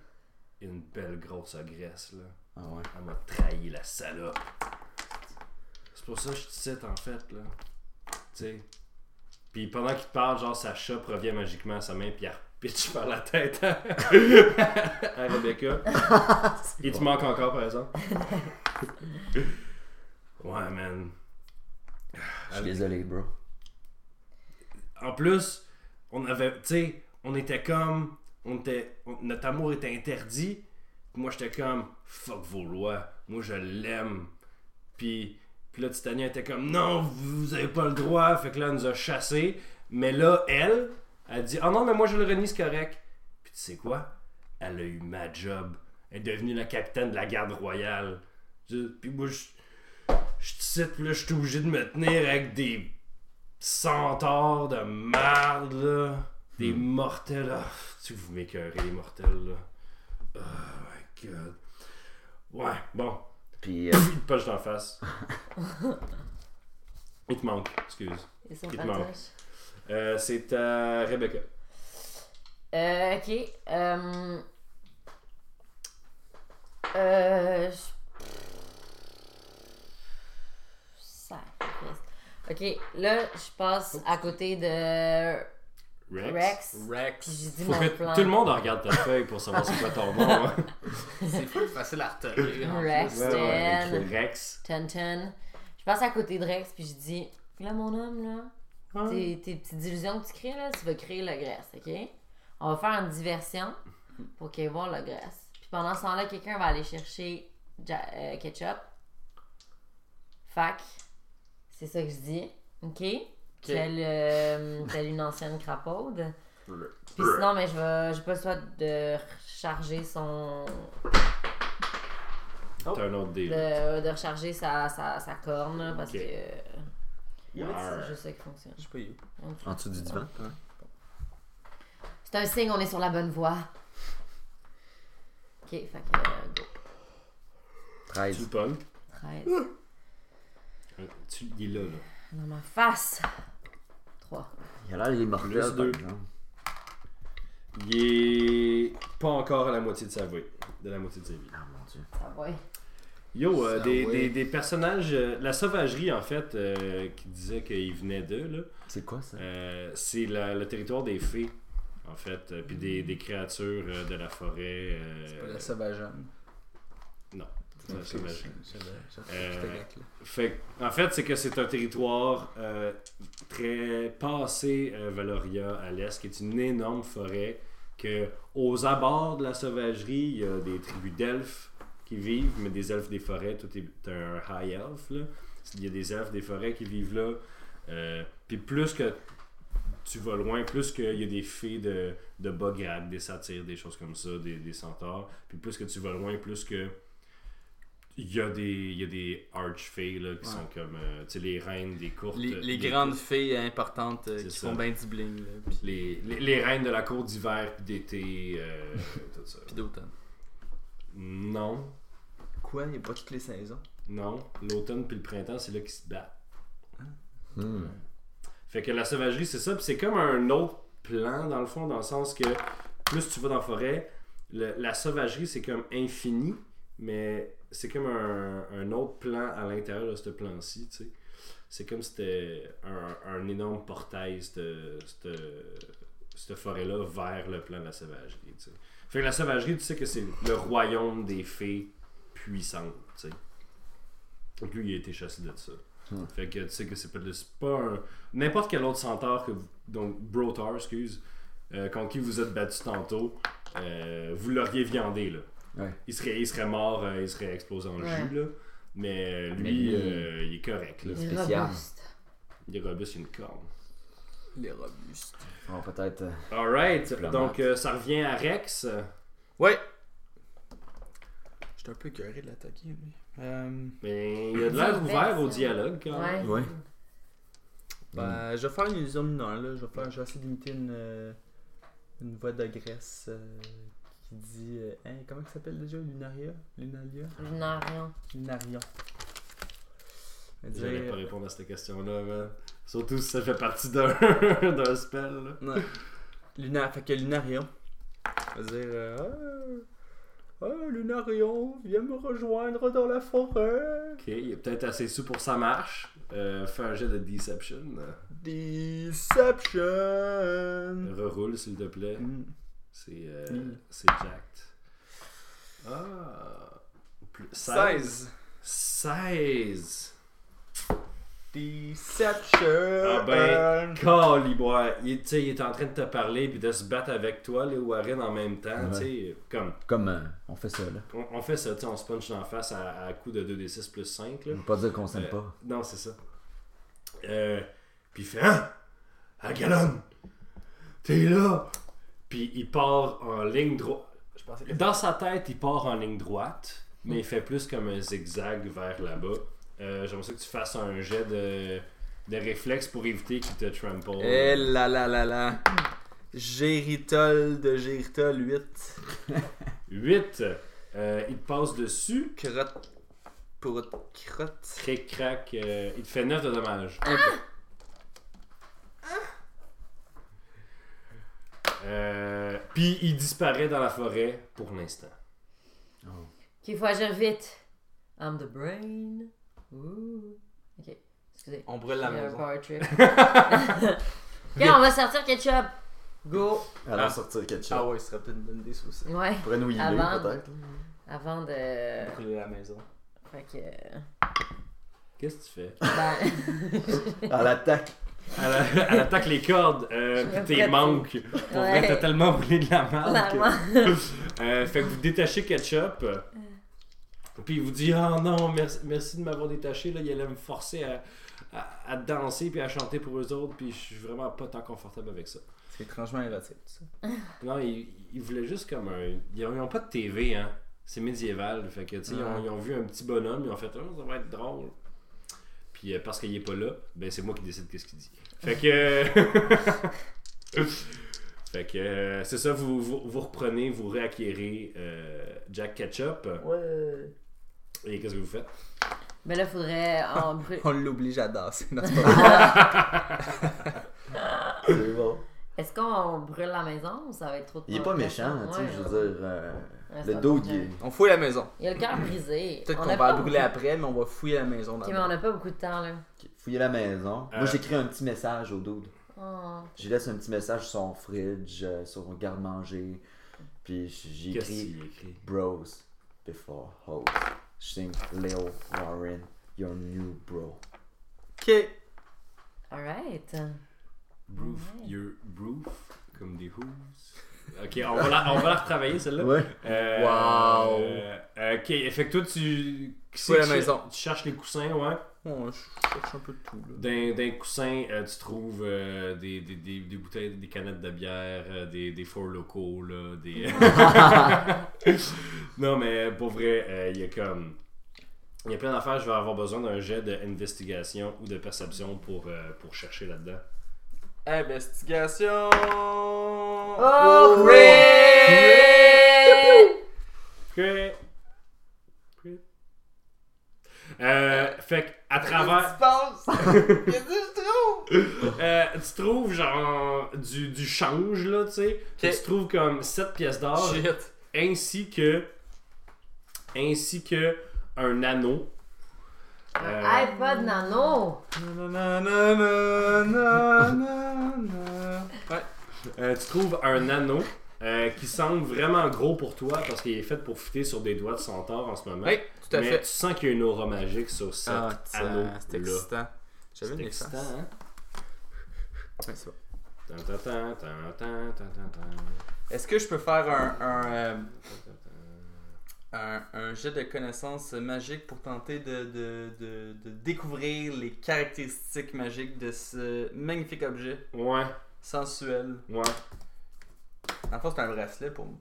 S1: Une belle grosse agresse, là.
S3: Ah ouais.
S1: Elle m'a trahi, la salope. C'est pour ça que je te cite, en fait, là. Tu sais. Puis pendant qu'il te parle, genre, sa chope revient magiquement à sa main, puis elle pitch par la tête à, à Rebecca. Il te manque encore, par exemple. ouais, man.
S3: Je suis désolé, bro.
S1: en plus, on avait, tu sais, on était comme, on était, on- notre amour était interdit. Moi, j'étais comme, fuck vos lois, moi je l'aime. Puis, puis là, Titania était comme, non, vous avez pas le droit. Fait que là, elle nous a chassés. Mais là, elle, elle dit, ah non, mais moi je le renie, c'est correct. Puis tu sais quoi? Elle a eu ma job. Elle est devenue la capitaine de la garde royale. Je- Puis moi, je je te cite, puis là, je suis obligé de me tenir avec des centaures de merde, là. Des mortels, là. Tu vous m'écœurez, les mortels, là. Oh my god. Ouais, bon.
S3: Puis, euh,
S1: Pas je t'en face. Il te manque, excuse.
S4: Ils sont
S1: Il te
S4: fantasmes.
S1: Euh, c'est à Rebecca.
S4: Euh, ok. euh, euh, je- Ça reste. Ok, là, je passe à côté de
S1: Rex.
S4: Rex. Puis
S2: Rex.
S4: j'ai dit
S1: Faut
S4: mon
S1: que
S4: plan.
S1: tout le monde regarde ta feuille pour savoir c'est quoi ton nom. hein.
S2: C'est full facile à retenir. en
S4: Rex.
S2: plus.
S1: Ouais, ouais,
S4: Stan.
S1: Rex.
S4: Tun Tun. Je passe à côté de Rex, puis je dis Là, mon homme, là,
S2: Ah.
S4: tes, tes petites illusions que tu crées, là, tu vas créer le graisse, ok? On va faire une diversion pour qu'il voit le graisse. Puis pendant ce temps-là, quelqu'un va aller chercher ja- euh, ketchup. Fac. C'est ça que je dis. Ok? Telle, euh, telle une ancienne crapaude. Puis sinon, mais je vais, j'ai pas le choix de recharger son.
S1: T'as un autre deal.
S4: de, de recharger sa, sa, sa corne, là, parce
S1: Ok.
S4: que. euh,
S1: Yarr.
S4: C'est juste ça qui fonctionne.
S2: Je sais pas you.
S3: en dessous du divan.
S4: C'est un signe, on est sur la bonne voie. Ok, fait que euh, go.
S3: 13.
S1: Tu le pognes.
S4: 13.
S1: Tu- Il est là, là.
S4: Dans ma face. 3.
S3: Il a l'air il est mortel,
S1: Plus
S3: par
S1: deux.
S3: exemple.
S1: Il est pas encore à la moitié de sa vie. De la moitié de sa vie.
S3: Ah mon dieu.
S4: Ça va. ouais.
S1: Yo, euh,
S2: Ça,
S1: des,
S2: ouais.
S1: des- des personnages. euh, la sauvagerie, en fait, euh, qui disait qu'il venait d'eux, là,
S3: C'est quoi ça?
S1: euh, c'est la- le territoire des fées, en fait. euh, Puis des, des créatures euh, de la forêt. euh,
S2: C'est pas la sauvageonne.
S1: de la sauvagerie.
S2: C'est
S1: Euh,
S2: là.
S1: Fait que, en fait, c'est que c'est un territoire euh, très passé euh, Valoria à l'est, qui est une énorme forêt que aux abords de la sauvagerie, il y a des tribus d'elfes qui vivent, mais des elfes des forêts, tout est t'as un high elf là. Il y a des elfes des forêts qui vivent là. Euh, Puis plus que tu vas loin, plus qu'il y a des fées de, de bas grade, des satyres, des choses comme ça, des, des centaures. Puis plus que tu vas loin, plus que il y a des, il y a des archfées là, qui
S2: Ouais.
S1: sont comme euh, tu sais, les reines des courtes.
S2: Les, les
S1: des-
S2: grandes filles importantes euh,
S1: C'est
S2: qui
S1: ça.
S2: font bien du bling, là, puis,
S1: les, les, les reines de la cour d'hiver, puis d'été, euh, tout ça.
S2: puis d'automne.
S1: Non,
S2: Quoi Il n'y a pas toutes les saisons
S1: non. L'automne puis le printemps, c'est là qu'ils se battent.
S3: Hmm.
S1: Fait que la sauvagerie, c'est ça. Puis c'est comme un autre plan, dans le fond, dans le sens que plus tu vas dans la forêt, le- la sauvagerie, c'est comme infini, mais c'est comme un, un autre plan à l'intérieur de ce plan-ci, tu sais. C'est comme si c'était un, un énorme portail, cette, cette, cette forêt-là, vers le plan de la sauvagerie, tu sais. Fait que la sauvagerie, tu sais que c'est le royaume des fées puissantes, tu sais. Donc lui, il a été chassé de ça.
S3: Hmm.
S1: Fait que tu sais que c'est pas, c'est pas un, n'importe quel autre centaure que vous, donc Brotar, excuse, euh, contre qui vous êtes battu tantôt, euh, vous l'auriez viandé là.
S3: Ouais.
S1: Il serait, il serait mort, euh, il serait explosé en
S4: Ouais.
S1: jus là. Mais euh,
S3: Ah, Mais
S1: lui,
S3: lui-
S1: euh, il est correct là.
S3: Il est spécial.
S4: Robuste.
S1: Il est robuste, il a une corne.
S2: Les robustes.
S3: Bon, peut-être. euh,
S1: Alright,
S3: Diplomate.
S1: donc euh, ça revient à Rex.
S2: Ouais J'étais un peu écœuré de l'attaquer, lui. Euh,
S3: Mm.
S1: Mais il a de l'air
S4: Rex.
S1: ouvert au dialogue quand même.
S4: Ouais.
S3: Ouais.
S2: ben, je vais faire une illusion mineure, là. Je vais, faire, je vais essayer d'imiter une, euh, une voix de Grèce euh, qui dit. euh, hein, comment ça s'appelle déjà Lunaria Lunaria
S4: Je n'en rien.
S2: Lunarion. Elle dit,
S1: J'allais pas répondre à cette question-là, man. Surtout si ça fait partie d'un d'un spell. Là.
S2: Non. Lunar, euh, fait que Lunarion. On va dire. euh, Ah, ah, Lunarion, viens me rejoindre dans la forêt.
S1: Ok, il est peut-être assez sous pour sa marche. Euh, fais un jet de deception.
S2: Deception.
S1: Reroule s'il te plaît.
S2: Mm.
S1: C'est euh,
S2: Mm.
S1: c'est jacked. Ah. Plus, 16. 16.
S2: Deception!
S3: Euh,
S1: Ah ben. Caliboire, il, tu sais, il est en train de te parler puis de se battre avec toi, les Warren en même temps,
S3: Ouais.
S1: tu sais, comme
S3: Comme euh, on fait ça, là.
S1: on, on fait ça, tu sais, on se punch en face à, à coup de 2d6 plus 5 là.
S3: On peut pas dire qu'on s'aime
S1: Euh,
S3: Mm, pas.
S1: Non, c'est ça. Euh, puis il fait Hein Agalon T'es là Puis il part en ligne droite.
S2: Je pensais que-
S1: Dans sa tête, il part en ligne droite, mais il fait plus comme un zigzag vers là-bas. Euh, J'aimerais ça que tu fasses un jet de, de réflexe pour éviter qu'il te trample.
S2: Eh là là là là! Géritol de Géritol 8.
S1: 8. Euh, il te passe dessus.
S2: Crotte pour crotte.
S1: Cric, crac. euh, il te fait 9 de dommages. Euh, Puis il disparaît dans la forêt pour l'instant. oh.
S4: Qu'il faut agir vite. I'm the brain. Ouh. Ok, excusez.
S2: On brûle
S4: J'ai
S2: la
S4: un
S2: maison.
S4: power trip. ok, on va sortir ketchup. Go.
S3: Allons
S2: ah.
S3: sortir quelque chose.
S2: Ah ouais, ce serait peut-être une bonne idée ça aussi.
S4: Ouais,
S3: On pourrait nous healer,
S4: Avant.
S3: peut-être. là.
S4: avant de.
S2: Brûler la maison.
S4: Fait que.
S1: Qu'est-ce que tu fais
S4: Ben,
S3: À l'attaque.
S1: Elle, elle attaque les cordes, euh,
S4: Je
S1: puis
S4: me
S1: tes
S4: prête.
S1: manques. Pour vrai,
S4: Ouais.
S1: t'as tellement brûlé de la marque.
S4: clairement.
S1: Euh, fait que vous détachez Ketchup. Puis il vous dit Ah non, merci, merci de m'avoir détaché. Là, il allait me forcer à, à- à danser puis à chanter pour eux autres. Puis je suis vraiment pas tant confortable avec ça.
S2: C'est étrangement érotique ça.
S1: Non, ils, ils voulaient juste comme un. Ils n'ont pas de TV, hein. C'est médiéval. Fait que, tu sais, ils, ont-
S2: Ouais.
S1: ils ont vu un petit bonhomme. Ils ont fait Oh, ça va être drôle. Puis euh, parce qu'il est pas là, ben c'est moi qui décide qu'est-ce qu'il dit. Fait que. fait que euh, c'est ça, vous, vous, vous reprenez, vous réacquérez euh, Jack Ketchup.
S2: Ouais.
S1: Et qu'est-ce que vous faites
S4: Mais Ben là, faudrait. en brûler-
S2: On l'oblige à danser. Non, c'est pas vrai.
S3: C'est bon.
S4: Est-ce qu'on brûle la maison ou ça va être trop de
S3: Il est pas
S4: temps?
S3: méchant, tu sais,
S4: Ouais.
S3: je veux dire. euh,
S4: Ouais, c'est
S3: le
S4: un
S3: dos,
S4: bon
S3: il est.
S2: on fouille la maison.
S4: Il a le cœur brisé.
S2: Peut-être
S4: On
S2: qu'on
S4: a
S2: va
S4: pas
S2: la brûler
S4: beaucoup-
S2: après, mais on va fouiller la maison
S4: Ok, mais on
S2: d'abord.
S4: n'a pas beaucoup de temps là.
S3: Ok, Fouiller la maison.
S1: Euh.
S3: Moi, j'écris un petit message au dude.
S4: Oh.
S3: J'y laisse un petit message sur son fridge, euh, sur son garde-manger. Puis j'y
S1: Qu'est-ce
S3: écris
S1: qu'il écrit
S3: Bros before hoes. Je signe Leo Warren, your new bro.
S2: Ok.
S4: Alright.
S1: Euh, Broof,
S4: Ouais.
S1: your broof, comme des hooves. Ok, on va la, on va la retravailler celle-là.
S3: Ouais.
S1: Euh,
S2: Wow.
S1: euh, ok, fait que toi, tu. qui c'est
S2: Fouille
S1: que
S2: la
S1: tu-
S2: maison.
S1: Tu cherches les coussins, ouais.
S2: Bon, je cherche un peu de tout là.
S1: D'un, d'un coussin, euh, tu trouves euh, des, des, des, des bouteilles, des canettes de bière, euh, des, des fours locaux, là, des... non, mais pour vrai, euh, il y a comme... Il y a plein d'affaires, je vais avoir besoin d'un jet d'investigation ou de perception pour, euh, pour chercher là-dedans.
S2: Investigation.
S4: Oh,
S2: Oh,
S4: great!
S1: Ok. Ok. Euh, fait que, à travers...
S2: Qu'est-ce que je trouve?
S1: Euh, tu trouves genre du, du change là, tu sais.
S2: Ok.
S1: Tu trouves comme 7 pièces
S4: Oh,
S1: d'or
S2: Shit.
S1: ainsi que ainsi que un anneau. Euh,
S4: Un iPod nano.
S2: Nanananananana. Ouais.
S1: euh, tu trouves un anneau euh, qui semble vraiment gros pour toi parce qu'il est fait pour fitter sur des doigts de centaure en ce moment.
S2: Oui, tout à
S1: Mais
S2: fait.
S1: tu sens qu'il y a une aura magique sur cet
S2: Ah,
S1: anneau
S2: tiens, c'est
S1: là.
S2: excitant. J'avais une
S1: excitant,
S2: efface.
S1: hein?
S4: hein?
S2: Ouais, c'est bon.
S1: Tan, tan, tan, tan, tan, tan, tan, tan.
S2: Est-ce que je peux faire un, un, euh, un, un jet de connaissances magiques pour tenter de, de, de, de découvrir les caractéristiques magiques de ce magnifique objet
S1: Ouais,
S2: sensuel?
S1: ouais.
S2: En fait, c'est un bracelet pour moi.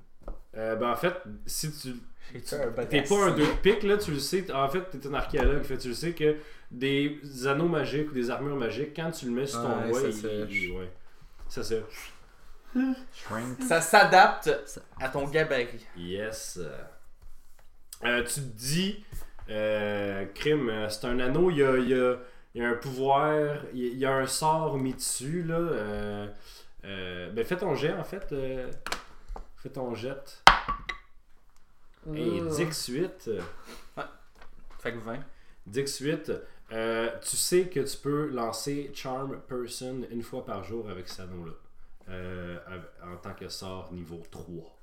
S1: Euh, ben en fait, si tu
S2: J'ai un
S1: T'es pas un deux de pique, là, tu le sais. En fait, t'es un archéologue. Fait, que tu le sais que des anneaux magiques ou des armures magiques, quand tu le mets sur ton
S2: Ouais,
S1: doigt,
S2: ça
S1: il-
S2: sèche.
S1: il- ouais. ça sèche.
S3: Shrink.
S2: Ça s'adapte à ton gabarit.
S1: Yes. Euh, tu te dis, euh, crime, euh, c'est un anneau, il y a, il y a- il y a un pouvoir, il y a- il y a un sort mis dessus, là. euh, euh, ben, fais ton jet, en fait. euh, fais ton jet. Et
S4: Ouh.
S1: 18.
S2: Fait que 20.
S1: 18. Euh, tu sais que tu peux lancer Charm Person une fois par jour avec cet anneau-là. Euh, av- en tant que sort niveau 3.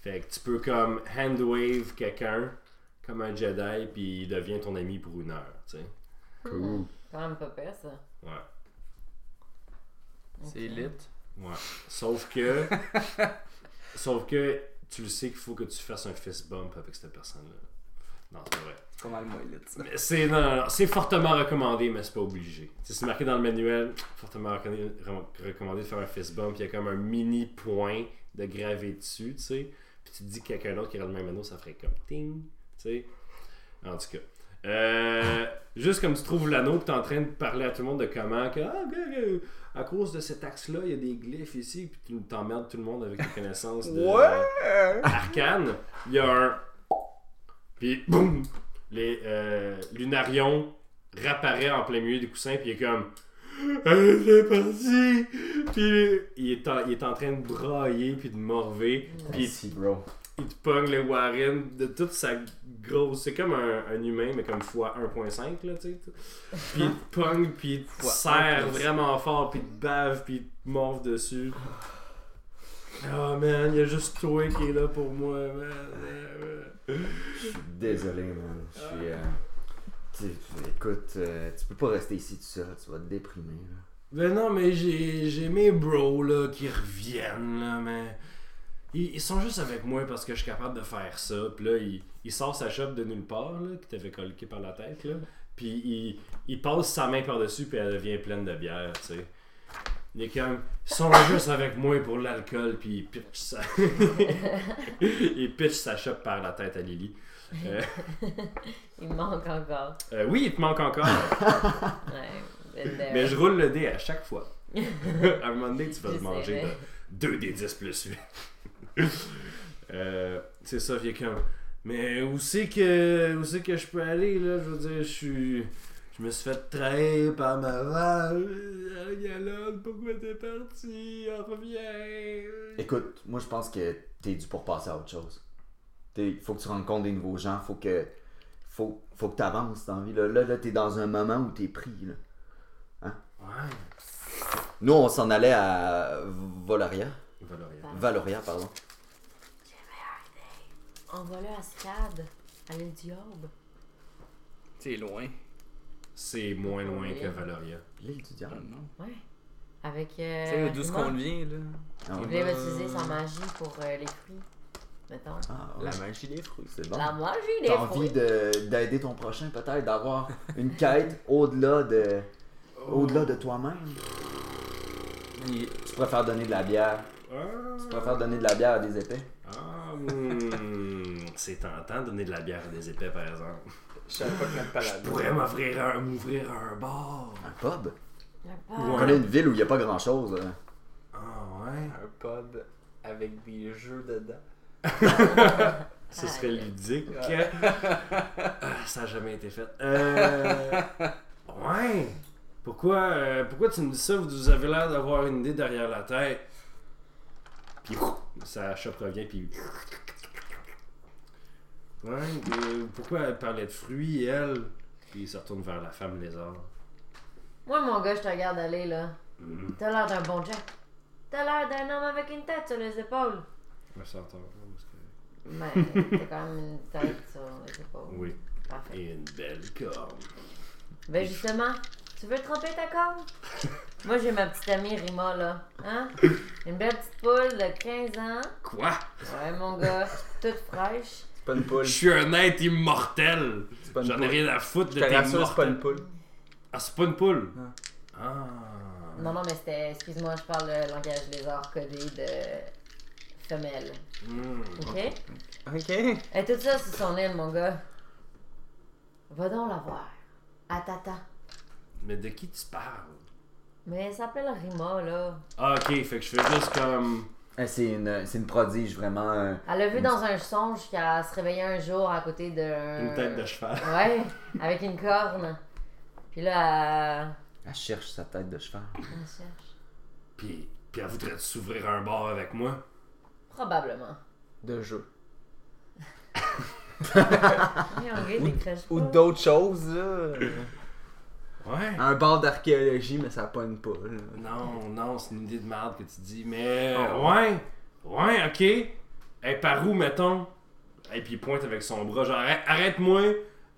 S1: Fait que tu peux comme hand wave quelqu'un, comme un Jedi, puis il devient ton ami pour une heure. tu sais.
S3: Cool.
S4: quand même pas pire, ça.
S1: Ouais.
S2: C'est
S4: Ok.
S2: lit.
S1: Ouais. Sauf que. sauf que tu le sais qu'il faut que tu fasses un fist bump avec cette personne-là. Non, c'est vrai.
S2: C'est pas mal moins lit, ça.
S1: Mais C'est non, non, non, c'est fortement recommandé, mais c'est pas obligé. Tu sais, C'est marqué dans le manuel, fortement reconna- re- recommandé de faire un fist bump, puis il y a comme un mini point de gravé dessus, tu sais. Puis tu te dis que quelqu'un d'autre qui aurait le même anneau, ça ferait comme ting, tu sais. En tout cas. Euh, juste comme tu trouves l'anneau, tu es en train de parler à tout le monde de comment que ah, que- que- à cause de cet axe-là, il y a des glyphes ici, puis tu t'emmerdes tout le monde avec tes connaissances de
S2: Ouais!
S1: arcane, il y a un. Puis boum Les, euh, Lunarion réapparaît en plein milieu du coussin, puis il est comme. Euh, C'est parti! Puis il est, en, il est en train de brailler, puis de morver, puis
S3: Ici, bro.
S1: il te pogne le Warren de toute sa grosse. C'est comme un, un humain, mais comme fois 1.5, là, tu sais. Puis il te pogne, puis il te
S2: Fois
S1: serre
S2: 1.5.
S1: vraiment fort, puis il te bave, puis il te morve dessus. Oh man, il y a juste toi qui est là pour moi, man. Euh, euh.
S3: Je suis désolé, man. Je suis. euh, tu- écoute, euh, tu peux pas rester ici tout seul, tu vas te déprimer. là.
S1: Ben non, mais j'ai j'ai mes bros, là, qui reviennent, là, mais. Ils, ils sont juste avec moi parce que je suis capable de faire ça. Puis là, il, il sort sa chope de nulle part, là, qui t'avait colqué par la tête, là. Puis il, il passe sa main par-dessus, puis elle devient pleine de bière, tu sais. Il est comme, ils sont juste avec moi pour l'alcool, puis il pitch sa... il pitch sa chope par la tête à Lily.
S4: Il me manque encore.
S1: Euh, oui, il te manque encore,
S4: Ouais, ben, been there.
S1: mais je roule le dé à chaque fois. à un moment donné, tu vas
S4: Je
S1: te
S4: sais,
S1: manger
S4: mais-
S1: de- 2 des 10 plus 8. euh, c'est ça, il est comme. Mais où c'est que où c'est que je peux aller là Je veux dire, je suis. Je me suis fait trahir par ma vague. Galode, pourquoi t'es parti Reviens.
S3: Écoute, moi je pense que t'es dû pour passer à autre chose. Il faut que tu rencontres des nouveaux gens, faut que. Faut, faut que t'avances dans la vie. Là, là, là, t'es dans un moment où t'es pris. Là.
S1: Ouais.
S3: Nous, on s'en allait à Valoria.
S1: Valoria.
S3: Valoria, pardon.
S4: Envoie-le à Scad, à l'île du Orbe.
S2: C'est loin.
S1: C'est moins loin que Valoria.
S3: L'île du diable.
S2: Ah, non.
S4: Ouais. Avec.
S2: Tu sais,
S4: Euh,
S2: d'où ce
S4: Akuma.
S2: qu'on vient, là.
S3: Ah,
S4: Il
S3: ouais.
S4: voulait utiliser sa magie pour euh, les fruits. Mettons.
S3: Ah, ouais,
S2: La magie des fruits.
S3: c'est bon.
S4: La magie des
S3: T'as
S4: fruits.
S3: envie de- d'aider ton prochain, peut-être, d'avoir une quête au-delà de,
S1: Oh.
S3: au-delà de toi-même.
S2: Il-
S3: Tu préfères donner de la bière. Tu
S1: Ah,
S3: préfères donner de la bière à des épées.
S1: ah, hmm. c'est tentant de donner de la bière à des épais, par exemple.
S2: Je savais pas que notre
S1: Je pourrais m'offrir un, m'ouvrir un bar.
S3: Un pub?
S4: La
S3: On
S4: part.
S3: connaît une ville où il n'y a pas grand-chose. hein.
S1: Ah ouais.
S2: Un pub avec des jeux dedans.
S1: Ce
S4: Ah,
S1: serait
S4: yeah.
S1: ludique. Ah, ça n'a jamais été fait. Euh, ouais. Pourquoi, euh, pourquoi tu me dis ça? Vous- Vous avez l'air d'avoir une idée derrière la tête. Puis ça chope revient. Puis. Ouais. euh, pourquoi elle parlait de fruits, elle? Puis il se retourne vers la femme lézard.
S4: Moi, mon gars, je te regarde aller là.
S1: Mhm.
S4: T'as l'air d'un bon Jack. T'as l'air d'un homme avec une tête sur les épaules.
S1: Elle s'entend, là, parce que-
S4: Mais t'as quand même une tête sur les épaules.
S1: Oui.
S4: Parfait.
S1: Et une belle corne.
S4: Ben justement, tu veux tromper ta corde? Moi, j'ai ma petite amie Rima là. Hein? Une belle petite poule de 15 ans.
S1: Quoi?
S4: Ouais, mon gars, toute fraîche.
S2: C'est pas une poule.
S1: Je suis un être immortel!
S2: C'est pas une
S1: J'en ai
S2: poule.
S1: rien à foutre
S2: Je
S1: de
S2: te
S1: tes
S2: rassure, c'est pas
S1: mortels.
S2: une poule.
S1: Ah, c'est pas une poule?
S2: Non.
S1: Ah.
S4: Non, non, mais c'était. Excuse-moi, je parle le langage des arts codé de femelle.
S1: Hmm.
S4: Ok?
S2: Ok.
S4: Et tout ça, c'est son île, mon gars. Va donc la voir. À tata.
S1: Mais de qui tu parles?
S4: Mais elle s'appelle Rima, là.
S1: Ah, ok, fait que je fais juste comme.
S3: Eh, C'est une, c'est une prodige, vraiment. euh,
S4: Elle l'a vu dans un songe qu'elle se réveillait un jour à côté d'un.
S1: Une tête de cheval.
S4: Ouais, avec une corne. Puis là, elle.
S3: Elle cherche sa tête de cheval.
S4: elle cherche.
S1: Puis, puis elle voudrait s'ouvrir un bar avec moi.
S4: Probablement.
S2: De jeu.
S4: Mais on gars, il décroche
S2: Ou
S4: pas.
S2: d'autres choses, là. Euh,
S1: Ouais.
S2: Un bar d'archéologie, mais ça a pas une poule.
S1: Non, non, c'est une idée de merde que tu dis. Mais.
S2: Oh.
S1: Ouais. Ouais, ok. Et par où, mettons? Et puis il pointe avec son bras, genre arrête- arrête-moi.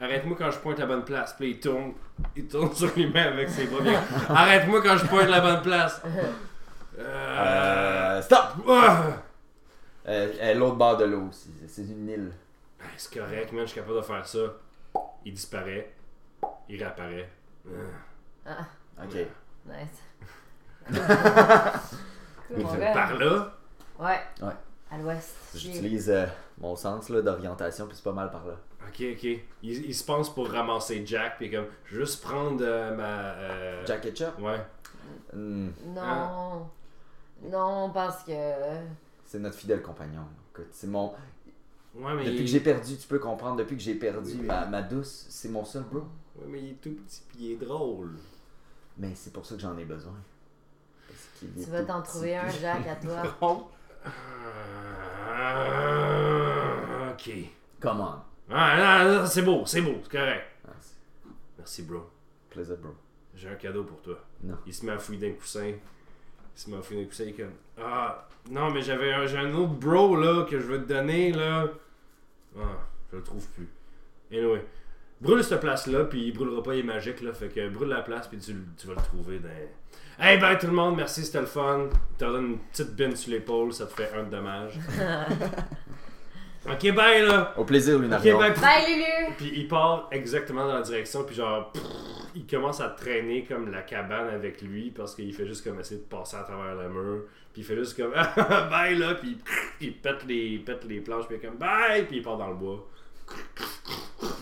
S1: Arrête-moi quand je pointe la bonne place. Puis là, il tourne, il tourne sur lui-même avec ses bras. bien. Arrête-moi quand je pointe la bonne place. Euh...
S3: Euh, stop!
S1: ah!
S3: Euh, euh, L'autre bord de l'eau aussi. C'est une île.
S1: Hey, C'est correct, man, je suis capable de faire ça. Il disparaît, il réapparaît. Ah.
S4: Ah,
S3: Ok.
S1: Ouais.
S4: nice.
S3: Il
S4: cool, mon
S3: fait
S4: gars.
S1: Par là,
S4: Ouais.
S3: Ouais.
S4: À l'ouest. J'ai-
S3: J'utilise euh, mon sens là, d'orientation, puis c'est pas mal par là.
S1: ok, ok. Il, il se pense pour ramasser Jack, puis comme, je veux juste prendre euh, ma. euh,
S3: Jack Ketchup?
S1: Ouais.
S3: Hmm,
S4: Non. Non, parce que.
S3: c'est notre fidèle compagnon. Écoute, c'est mon...
S1: Ouais, mais.
S3: Depuis
S1: il...
S3: que j'ai perdu, tu peux comprendre, depuis que j'ai perdu
S1: Oui, oui.
S3: ma, ma douce, c'est mon seul bro.
S1: Ouais, mais il est tout petit, puis il est drôle.
S3: Mais c'est pour ça que j'en ai besoin. Parce qu'il est
S4: Tu vas
S3: tout
S4: t'en
S3: petit.
S4: trouver un, Jack, à toi.
S1: Ah, ok.
S3: Come on.
S1: Ah, non, non, c'est beau, c'est beau, c'est correct.
S3: Ah, c'est-
S1: Merci, bro.
S3: plaisir, bro.
S1: J'ai un cadeau pour toi.
S3: Non.
S1: Il se met à fouiller d'un coussin. Il se met à fouiller d'un coussin. Il est comme Ah, non, mais j'avais un, j'ai un autre bro là que je veux te donner là. Ah, je le trouve plus. Anyway, brûle cette place là, puis il brûlera pas, il est magique là. Fait que brûle la place, puis tu, le- tu vas le trouver dans. Hey, bye tout le monde, merci, c'était le fun. Il te donne une petite bine sur l'épaule, ça te fait un de dommage. ok, bye là.
S3: Au plaisir,
S1: Ok, ben,
S3: Lunario.
S1: bye.
S4: Bye, Lulu!
S1: Puis il part exactement dans la direction, puis genre, pff, il commence à traîner comme la cabane avec lui parce qu'il fait juste comme essayer de passer à travers le mur. Puis il fait juste comme bye là, puis il pète les, il pète les planches, puis il est comme bye, puis il part dans le bois.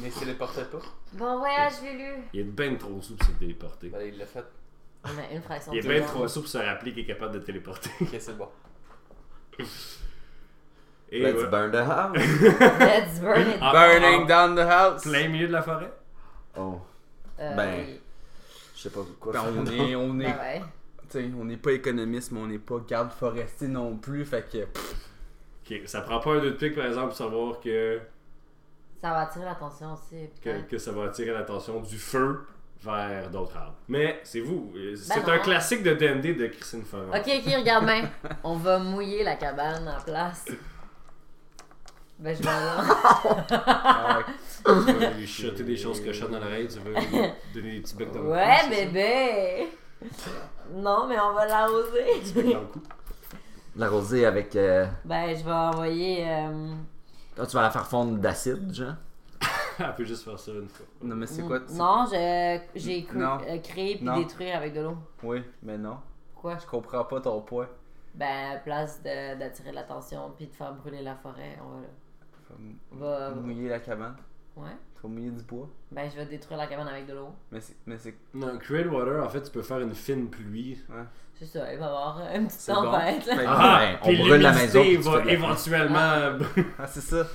S5: Mais il se téléportait pas.
S4: Bon voyage, Lulu!
S1: Il est ben trop sous pour se téléporter.
S5: Ben, il l'a fait.
S4: On a une fraction
S1: Il est
S4: de
S1: ben
S4: seconde.
S1: trop sous pour se rappeler qu'il est capable de téléporter.
S5: Ok, c'est bon.
S1: Et
S3: Let's
S1: ouais.
S3: burn the house.
S4: Let's burn it!
S1: Ah,
S5: Burning
S1: ah,
S5: down the house!
S1: Plein milieu de la forêt.
S3: Oh,
S4: Euh,
S3: ben,
S4: oui.
S3: je sais pas quoi
S2: Ben,
S3: faire.
S2: on est, on est,
S4: Ben ouais.
S2: t'sais, on est pas économiste, mais on n'est pas garde forestier non plus, fait que pff,
S1: Ok, Ça prend pas un deux de pique par exemple pour savoir que,
S4: Ça va attirer l'attention aussi.
S1: que,
S4: putain.
S1: que ça va attirer l'attention du feu vers d'autres arbres. Mais c'est vous. euh, C'est un
S4: Ben non.
S1: classique de D&D de Christine Ferrand.
S4: Ok, ok, regarde bien. On va mouiller la cabane en place. Ben, je vais là.
S2: ah,
S1: Tu veux lui shotter des choses cochonnes dans l'oreille, tu veux lui donner des petits becs dans le cou.
S4: Ouais, ben,
S1: c'est
S4: bébé! Non, mais on va l'arroser.
S1: ça? Des becs dans le cou.
S3: L'arroser avec... euh,
S4: Ben, je vais envoyer. euh,
S3: Ah, tu vas la faire fondre d'acide, genre?
S1: Elle peut juste faire ça une fois.
S2: non mais c'est quoi
S4: mm,
S2: c'est-
S4: Non, je- j'ai cru-
S2: Non.
S4: euh, créé puis
S2: Non.
S4: détruire avec de l'eau.
S2: Oui, mais non,
S4: Pourquoi?
S2: je comprends pas ton point.
S4: Ben, à place de- d'attirer l'attention puis de faire brûler la forêt, on va.
S2: Faut m-
S4: on va-
S2: mouiller la cabane,
S4: Ouais.
S2: faut mouiller du bois.
S4: Ben, je vais détruire la cabane avec de l'eau.
S2: Mais c'est, mais c'est,
S1: Non, Create Water, en fait, tu peux faire une fine pluie.
S4: C'est ça, il va y avoir une petite
S2: c'est bon.
S4: tempête. là.
S2: Fait que-
S3: Ah, on brûle la maison, puis
S1: l'humidité
S3: tu fais de
S1: va
S3: la-
S1: éventuellement...
S2: ah, c'est ça.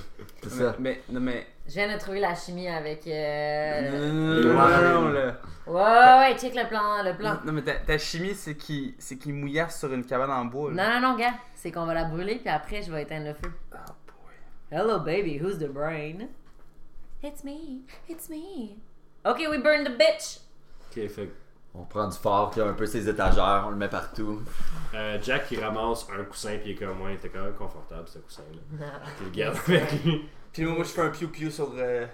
S3: C'est
S2: Mais,
S3: ça.
S2: mais, non mais,
S4: Je viens de trouver la chimie avec.
S2: non,
S4: euh,
S2: non,
S1: les
S2: non, non,
S1: warren.
S2: non, là.
S4: Ouais, ouais, check le plan, le plan.
S2: Non, non, mais ta, ta chimie, c'est qu'il, c'est qu'il mouillasse sur une cabane en bois.
S4: Non,
S2: Là.
S4: non, non, gars, c'est qu'on va la brûler puis après je vais éteindre le feu.
S2: Ah, boy.
S4: Hello baby, who's the brain? It's me, it's me. Ok, we burn the bitch.
S1: Ok, fait que,
S3: On prend du fort qui a un peu ses étagères, on le met partout.
S1: euh, Jack, il ramasse un coussin, puis il est comme, moi, il était quand même confortable, ce coussin-là. Puis il le garde avec lui
S5: Puis moi, je fais un piou-piou sur, euh,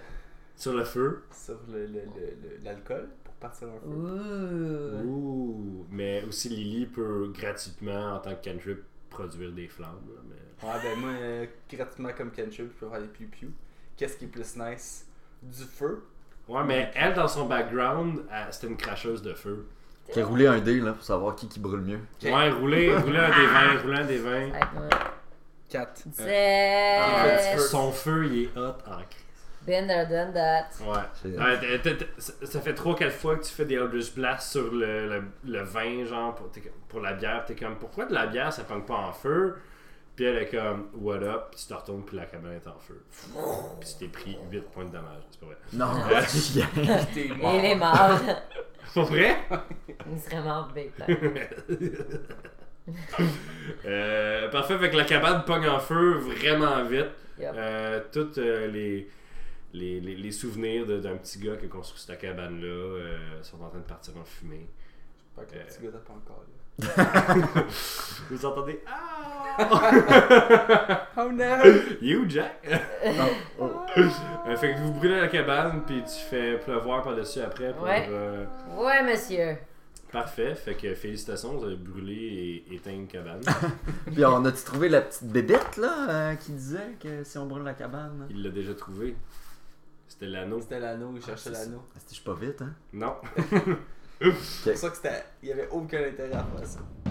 S1: sur le feu.
S5: sur le- le- le- le- l'alcool pour partir un feu.
S4: Ouh.
S1: Ouh! Mais aussi, Lily peut gratuitement, en tant que cantrip, produire des flammes. là, mais-
S5: Ouais, ben moi, euh, gratuitement comme cantrip, je peux faire des piou-piou. Qu'est-ce qui est plus nice? Du feu.
S1: Ouais, mais elle, dans son background, elle- c'était une cracheuse de feu.
S3: Qui a roulé un dé, là, pour savoir qui qui brûle mieux.
S5: Ok.
S1: Ouais, rouler, rouler un des vins, rouler un des vins.
S4: Fait que, euh,
S2: 4.
S5: Euh,
S4: C'est.
S1: Son feu, il est hot en crise.
S4: Been there, done that.
S1: Ouais.
S3: C'est-
S1: Ouais, t'es- t'es- t'es- ça ça fait 3-4 fois que tu fais des Eldritch Blast sur le, le, le vin, genre, pour, t'es comme- pour la bière. T'es comme, pourquoi de la bière, ça pogne pas en feu? Puis elle est comme, what up? Puis tu te retournes, puis la cabane est en feu. Puis tu t'es pris 8 points de dommage. C'est pas vrai.
S3: Non, chien.
S5: T'es mort.
S4: Il est mort.
S1: Pas vrai?
S4: Il serait mort big time.
S1: Euh, parfait, fait que la cabane pogne en feu vraiment vite.
S4: Yep.
S1: Euh, toutes euh, les, les, les, les souvenirs de- d'un petit gars qui a construit cette cabane-là euh, sont en train de partir en fumée.
S5: Fait que le petit gars tape encore, là.
S1: Vous entendez Ah
S2: Oh no!
S1: You, Jack? Euh, fait que vous brûlez la cabane, puis tu fais pleuvoir par-dessus après pour.
S4: Ouais.
S1: euh,
S4: Ouais, monsieur.
S1: Parfait, fait que félicitations, vous avez brûlé et éteint une cabane.
S3: Puis on a-tu trouvé la petite bébête là euh, qui disait que si on brûle la cabane.
S1: Il l'a déjà trouvé. C'était l'anneau.
S2: C'était l'anneau, il cherchait
S3: Ah, c'est
S2: l'anneau.
S3: Ah, c'est- Je suis pas vite, hein.
S1: Non.
S2: C'est pour ça que c'était. Il y avait aucun intérêt à faire ça.